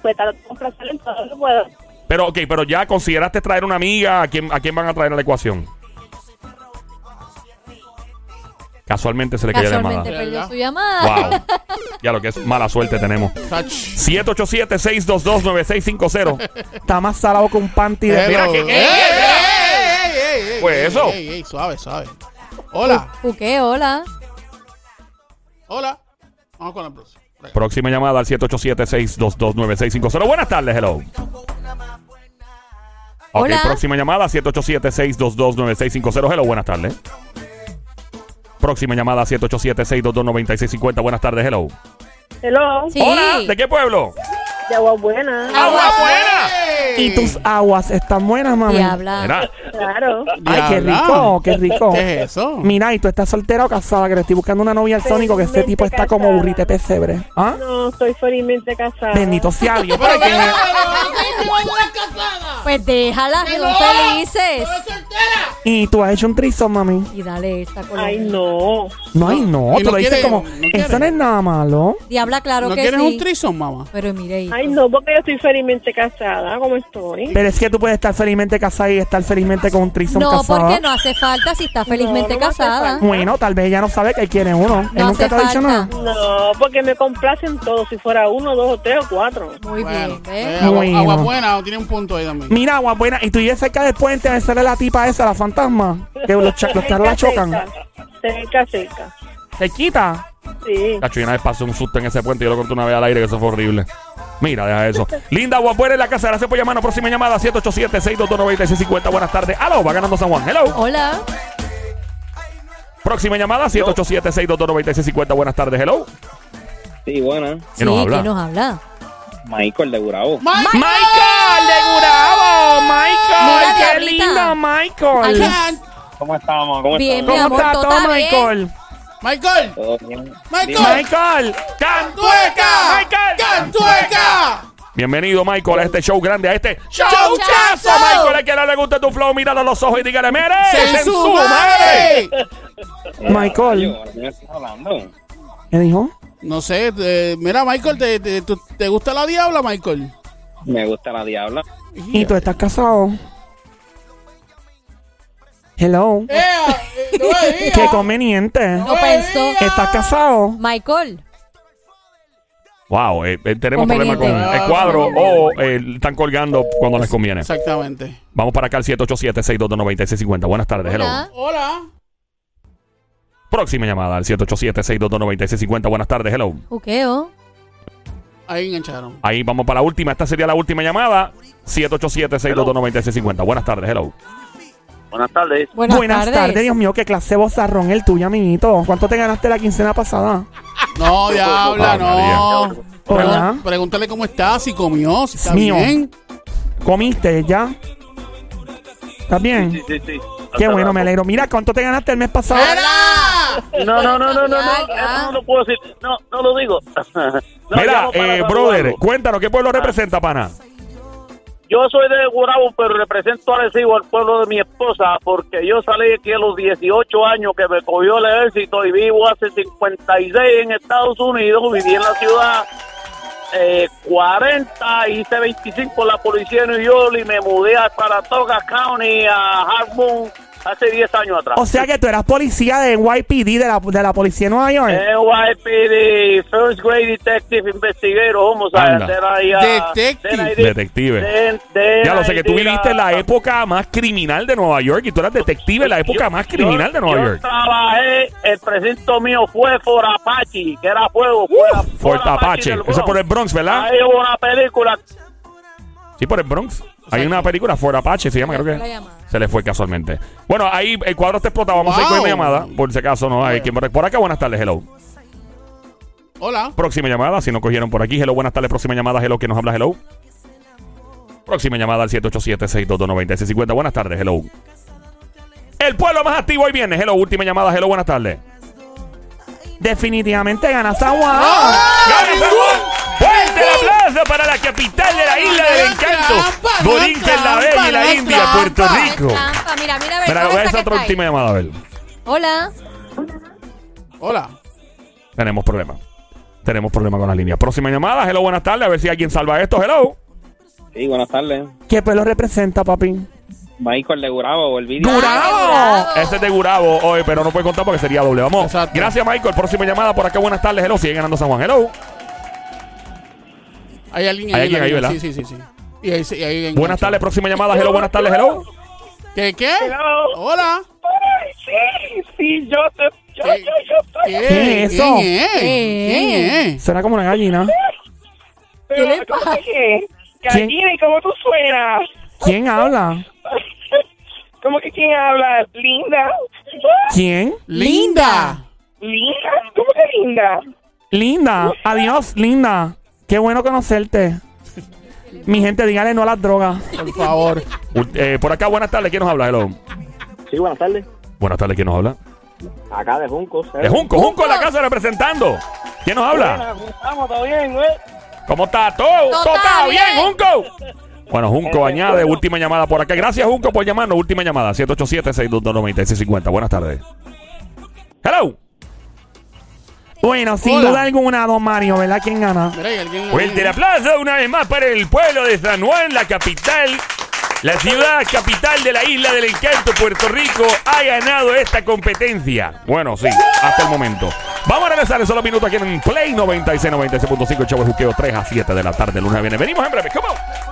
Speaker 7: Pues tratar de complacerlo en todo lo que puedo.
Speaker 1: Pero, ok, pero ya consideraste traer una amiga, ¿a quién, a quién van a traer a la ecuación? Casualmente se le cayó la llamada.
Speaker 3: Casualmente perdió
Speaker 4: ¿Verdad?
Speaker 3: su llamada.
Speaker 1: Wow. Ya lo que es mala suerte tenemos.
Speaker 4: Sach.
Speaker 1: 787-622-9650.
Speaker 2: Está más salado que un panty de...
Speaker 1: Mira
Speaker 4: Hello.
Speaker 1: que-
Speaker 4: ¡Ey, ey, ey, ey, ey,
Speaker 1: Pues
Speaker 4: ey,
Speaker 1: eso.
Speaker 4: ey, ey, suave, suave. Hola,
Speaker 3: Juque, hola.
Speaker 4: hola. Vamos con la próxima.
Speaker 1: Próxima llamada al 787-622-9650. Buenas tardes, hello. Ok,
Speaker 3: Hola.
Speaker 1: próxima llamada 787-622-9650. Hello, buenas tardes. Próxima llamada 787-622-9650. Buenas tardes, hello.
Speaker 7: Hello,
Speaker 3: Sí.
Speaker 1: Hola, ¿de qué pueblo?
Speaker 7: de agua buena.
Speaker 1: ¡Agua ¡Ah, buena!
Speaker 2: Y tus aguas están buenas, mami.
Speaker 3: Diabla.
Speaker 1: Mira,
Speaker 7: Claro.
Speaker 2: Ay, qué
Speaker 4: Diabla.
Speaker 2: rico, qué rico.
Speaker 4: ¿Qué es eso?
Speaker 2: Mira, y tú estás soltera o casada, que le estoy buscando una novia al Sónico, que este tipo está como burrite pesebre. ¿Ah?
Speaker 7: No, estoy felizmente casada.
Speaker 2: Bendito sea Dios. pero que me-
Speaker 3: Pues déjala, que son felices.
Speaker 2: Y tú has hecho un trizo, mami.
Speaker 3: Y dale esta con
Speaker 7: Ay, no.
Speaker 2: No, ay, no, tú
Speaker 4: Y no
Speaker 2: lo dices
Speaker 4: quiere-
Speaker 2: como,
Speaker 4: no
Speaker 2: eso
Speaker 4: quiere.
Speaker 2: no es nada malo.
Speaker 3: Diabla, claro
Speaker 4: ¿No
Speaker 3: que
Speaker 4: quieres
Speaker 3: sí.
Speaker 4: un trison, mamá?
Speaker 3: Pero mire, hijo.
Speaker 7: Ay, no, porque yo estoy felizmente casada, como estoy.
Speaker 2: Pero es que tú puedes estar felizmente casada y estar felizmente con un trizo
Speaker 3: no,
Speaker 2: casada.
Speaker 3: porque no hace falta si está felizmente
Speaker 7: no me hace
Speaker 3: casada.
Speaker 7: falta.
Speaker 2: Bueno, tal vez ella no sabe que quiere uno. Él
Speaker 3: No
Speaker 2: nunca
Speaker 3: hace
Speaker 2: te ha dicho
Speaker 3: falta.
Speaker 2: nada.
Speaker 7: No, porque me complacen todos, si fuera uno, dos o tres o cuatro.
Speaker 3: Muy
Speaker 4: Bueno,
Speaker 3: bien, ¿ves?
Speaker 4: eh, agua,
Speaker 2: Bueno.
Speaker 4: agua buena, tiene un punto ahí también.
Speaker 2: Mira, agua buena. Y tú vives cerca del puente donde sale la tipa esa, la fantasma. Que los, cha- los carros la chocan.
Speaker 7: Cerca, cerca.
Speaker 2: Se quita.
Speaker 7: Sí.
Speaker 1: Cacho, y una vez pasé un susto en ese puente. Yo lo conté una vez al aire, que eso fue horrible. Mira, deja eso. Linda, agua buena en la casa. Gracias por llamarnos. Próxima llamada 787-622-9650. Buenas tardes. Aló, va ganando San Juan. Hello.
Speaker 3: Hola.
Speaker 1: Próxima llamada 787-622-9650. Buenas tardes. Hello.
Speaker 8: Sí, buena.
Speaker 3: Sí,
Speaker 1: ¿Quién nos habla?
Speaker 3: ¿quién nos habla?
Speaker 8: Michael de Gurabo.
Speaker 2: Michael de Gurabo. Michael.
Speaker 3: Mira,
Speaker 2: qué
Speaker 3: diablita.
Speaker 2: linda, Michael.
Speaker 3: Ay,
Speaker 8: ¿Cómo estamos? ¿Cómo
Speaker 3: Bien, mi amor,
Speaker 2: ¿Cómo
Speaker 8: estamos?
Speaker 3: ¿eh?
Speaker 2: está
Speaker 3: todo
Speaker 2: todo,
Speaker 3: está bien.
Speaker 2: Michael?
Speaker 4: Michael,
Speaker 8: Todo bien.
Speaker 4: Michael,
Speaker 2: Michael.
Speaker 4: ¡Cantueca!
Speaker 1: Michael.
Speaker 4: ¡Cantueca!
Speaker 1: Bienvenido, Michael, a este show grande, a este show.
Speaker 4: ¡Chauchazo!
Speaker 1: Michael, es que no le gusta tu flow, míralo a los ojos y dígale, mire,
Speaker 4: ¡Se
Speaker 1: en su
Speaker 4: su
Speaker 1: madre.
Speaker 4: madre!
Speaker 2: Michael.
Speaker 8: Yo, ¿de qué estás hablando?
Speaker 2: ¿Qué dijo?
Speaker 4: No sé, eh, mira, Michael, ¿te, te, tú- te gusta la diabla, Michael?
Speaker 8: Me gusta la diabla.
Speaker 2: ¿Y tú estás casado? Hello. Qué conveniente.
Speaker 3: No pensó.
Speaker 2: ¿Estás casado?
Speaker 3: Michael.
Speaker 1: Wow, eh, eh, tenemos problemas con
Speaker 3: Conveniente.
Speaker 1: el cuadro o eh, están colgando cuando les conviene.
Speaker 4: Exactamente.
Speaker 1: Vamos para acá al 787-622-9650. Buenas tardes, hello.
Speaker 3: Hola.
Speaker 4: Hola.
Speaker 1: Próxima llamada al 787-622-9650. Buenas tardes, hello.
Speaker 3: Juqueo.
Speaker 4: Ahí engancharon.
Speaker 1: Ahí vamos para la última. Esta sería la última llamada. 787-622-9650. Buenas tardes, hello.
Speaker 9: Buenas tardes.
Speaker 3: Buenas,
Speaker 2: tardes. Dios mío, qué clase de bozarrón el tuyo, amiguito. ¿Cuánto te ganaste la quincena pasada?
Speaker 4: No, diabla,
Speaker 1: Ah, María.
Speaker 4: no.
Speaker 2: Hola.
Speaker 4: Pregun- Pregúntale cómo está, si comió, si está
Speaker 2: Mío.
Speaker 4: bien.
Speaker 2: ¿Comiste ya? ¿Estás bien?
Speaker 9: Sí, sí.
Speaker 2: Qué bueno, me alegro. Mira, ¿cuánto te ganaste el mes pasado?
Speaker 9: No, no, no, no, no, no,
Speaker 3: Ya, ya.
Speaker 9: eso no lo puedo decir. No, no lo digo. No,
Speaker 1: Mira,
Speaker 9: llamo para
Speaker 1: eh,
Speaker 9: saludarlo.
Speaker 1: brother, cuéntanos, ¿qué pueblo representa, pana?
Speaker 9: Yo soy de Gurabo, pero represento a Arecibo, al pueblo de mi esposa, porque yo salí aquí a los 18 años que me cogió el ejército y vivo hace 56 en Estados Unidos, viví en la ciudad eh, 40, hice 25 en la policía de New York y me mudé a Saratoga County, a Half Moon, hace 10 años atrás.
Speaker 2: O sea que tú eras policía de NYPD, de la, de la policía de Nueva York.
Speaker 9: Eh, NYPD, First Grade Detective Investigator, vamos a
Speaker 1: Anda.
Speaker 9: hacer ahí a-
Speaker 4: Detective.
Speaker 9: then I did-
Speaker 1: Detective.
Speaker 9: then- then
Speaker 1: Pues, Ya lo sé
Speaker 9: I
Speaker 1: que tú
Speaker 9: did
Speaker 1: viviste
Speaker 9: a-
Speaker 1: la época más criminal de Nueva York y tú eras detective en la época más criminal de Nueva
Speaker 9: yo
Speaker 1: York.
Speaker 9: trabajé, el precinto mío fue For Apache, que era fuego. fuera-
Speaker 1: Fort
Speaker 9: fuera
Speaker 1: Apache.
Speaker 9: del
Speaker 1: Eso
Speaker 9: Bronx.
Speaker 1: es por el Bronx, ¿verdad?
Speaker 9: Ahí hubo una película.
Speaker 1: Sí, por el Bronx. Hay una película, Fort Apache, se llama, creo
Speaker 3: La
Speaker 1: que.
Speaker 3: llamada.
Speaker 1: Se le fue casualmente. Bueno, ahí el cuadro está explotado. Vamos a ir con
Speaker 4: Wow.
Speaker 1: una llamada. Por si acaso no hay quien. Por acá, buenas tardes, hello.
Speaker 4: Hola.
Speaker 1: Próxima llamada, si no cogieron por aquí. Hello, buenas tardes. Próxima llamada, hello, que nos habla, hello. Próxima llamada al 787-622-9650. Buenas tardes, hello. El pueblo más activo hoy viene. Hello, última llamada, hello, buenas tardes.
Speaker 2: Definitivamente ganaste agua.
Speaker 4: Ah.
Speaker 1: ¡Ah! ¡Gana San Juan! ¡Fuerte el aplauso para la capital de la isla del encanto!
Speaker 4: Trampa, no
Speaker 1: Borinquen, la Bella y la
Speaker 4: trampa, no
Speaker 1: India, Puerto
Speaker 4: trampa.
Speaker 3: Es
Speaker 1: Rico.
Speaker 3: trampa. Mira, mira, a ver,
Speaker 1: Mira,
Speaker 3: ¿cuál
Speaker 1: voy a
Speaker 3: es la
Speaker 1: hacer
Speaker 3: que
Speaker 1: otra
Speaker 3: está ahí?
Speaker 1: última llamada, a ver.
Speaker 3: Hola.
Speaker 4: Hola.
Speaker 1: Tenemos problemas. Tenemos problemas con las líneas. Próxima llamada, hello, buenas tardes. A ver si alguien salva esto, hello.
Speaker 8: Sí, buenas tardes.
Speaker 2: ¿Qué pueblo representa, papi?
Speaker 8: Michael de Gurabo, volví.
Speaker 3: Gurabo.
Speaker 1: Ese es de Gurabo hoy, pero no puede contar porque sería doble. Vamos.
Speaker 4: Exacto.
Speaker 1: Gracias, Michael. Próxima llamada por acá. Buenas tardes. Hello. Sigue ganando San Juan. Hello.
Speaker 4: Hay alguien
Speaker 1: Hay
Speaker 4: en la
Speaker 1: alguien ahí,
Speaker 4: línea.
Speaker 1: ¿verdad?
Speaker 4: Sí, sí, sí. sí. Y ahí, sí, ahí
Speaker 1: Buenas
Speaker 4: enganchó.
Speaker 1: tardes. Próxima llamada. Hello. Buenas tardes. Hello.
Speaker 4: ¿Qué, qué? Hola.
Speaker 9: Sí, sí, yo te. Yo,
Speaker 4: ¿Qué,
Speaker 2: ¿Qué es eso?
Speaker 4: ¿Quién es?
Speaker 3: ¿Qué?
Speaker 4: ¿Quién es?
Speaker 2: Suena como una gallina.
Speaker 3: ¿Qué le pasa?
Speaker 2: Gallina,
Speaker 7: ¿y cómo tú suenas?
Speaker 2: ¿Quién habla?
Speaker 7: ¿Cómo que quién habla? Linda.
Speaker 2: ¿Quién?
Speaker 4: Linda.
Speaker 7: Linda, ¿cómo que linda?
Speaker 2: Linda. Adiós, Linda. Qué bueno conocerte. Mi gente, dígale no a las drogas.
Speaker 4: Por favor.
Speaker 1: U- eh, por acá, buenas tardes. ¿Quién nos habla? Hello.
Speaker 8: Sí, buenas tardes.
Speaker 1: Buenas tardes. ¿Quién nos habla?
Speaker 8: Acá de Juncos.
Speaker 9: ¿Eh?
Speaker 1: Es Junco. Junco en la casa representando. ¿Quién nos habla?
Speaker 9: Estamos, todo bien, güey.
Speaker 1: ¿Cómo está? ¿Todo,
Speaker 3: Todo
Speaker 1: todo está
Speaker 3: está
Speaker 1: bien,
Speaker 3: bien.
Speaker 1: Junco? Bueno,
Speaker 9: Este,
Speaker 1: Junco añade última llamada por acá. Gracias, Junco, por llamarnos. Última llamada, 787-622-9650. Buenas tardes. Hello.
Speaker 2: Bueno, sin
Speaker 4: Hola.
Speaker 2: duda alguna, don Mario, ¿verdad? ¿Quién gana?
Speaker 4: Mira, hay alguien.
Speaker 1: Fuerte el aplauso una vez más para el pueblo de San Juan, la capital, la ciudad capital de la isla del encanto, Puerto Rico, ha ganado esta competencia. Bueno, sí, hasta el momento. Vamos a regresar en solo minutos aquí en Play 96, 96.5, el show de juqueo 3 a 7 de la tarde, lunes a viernes. Venimos en breve, come on.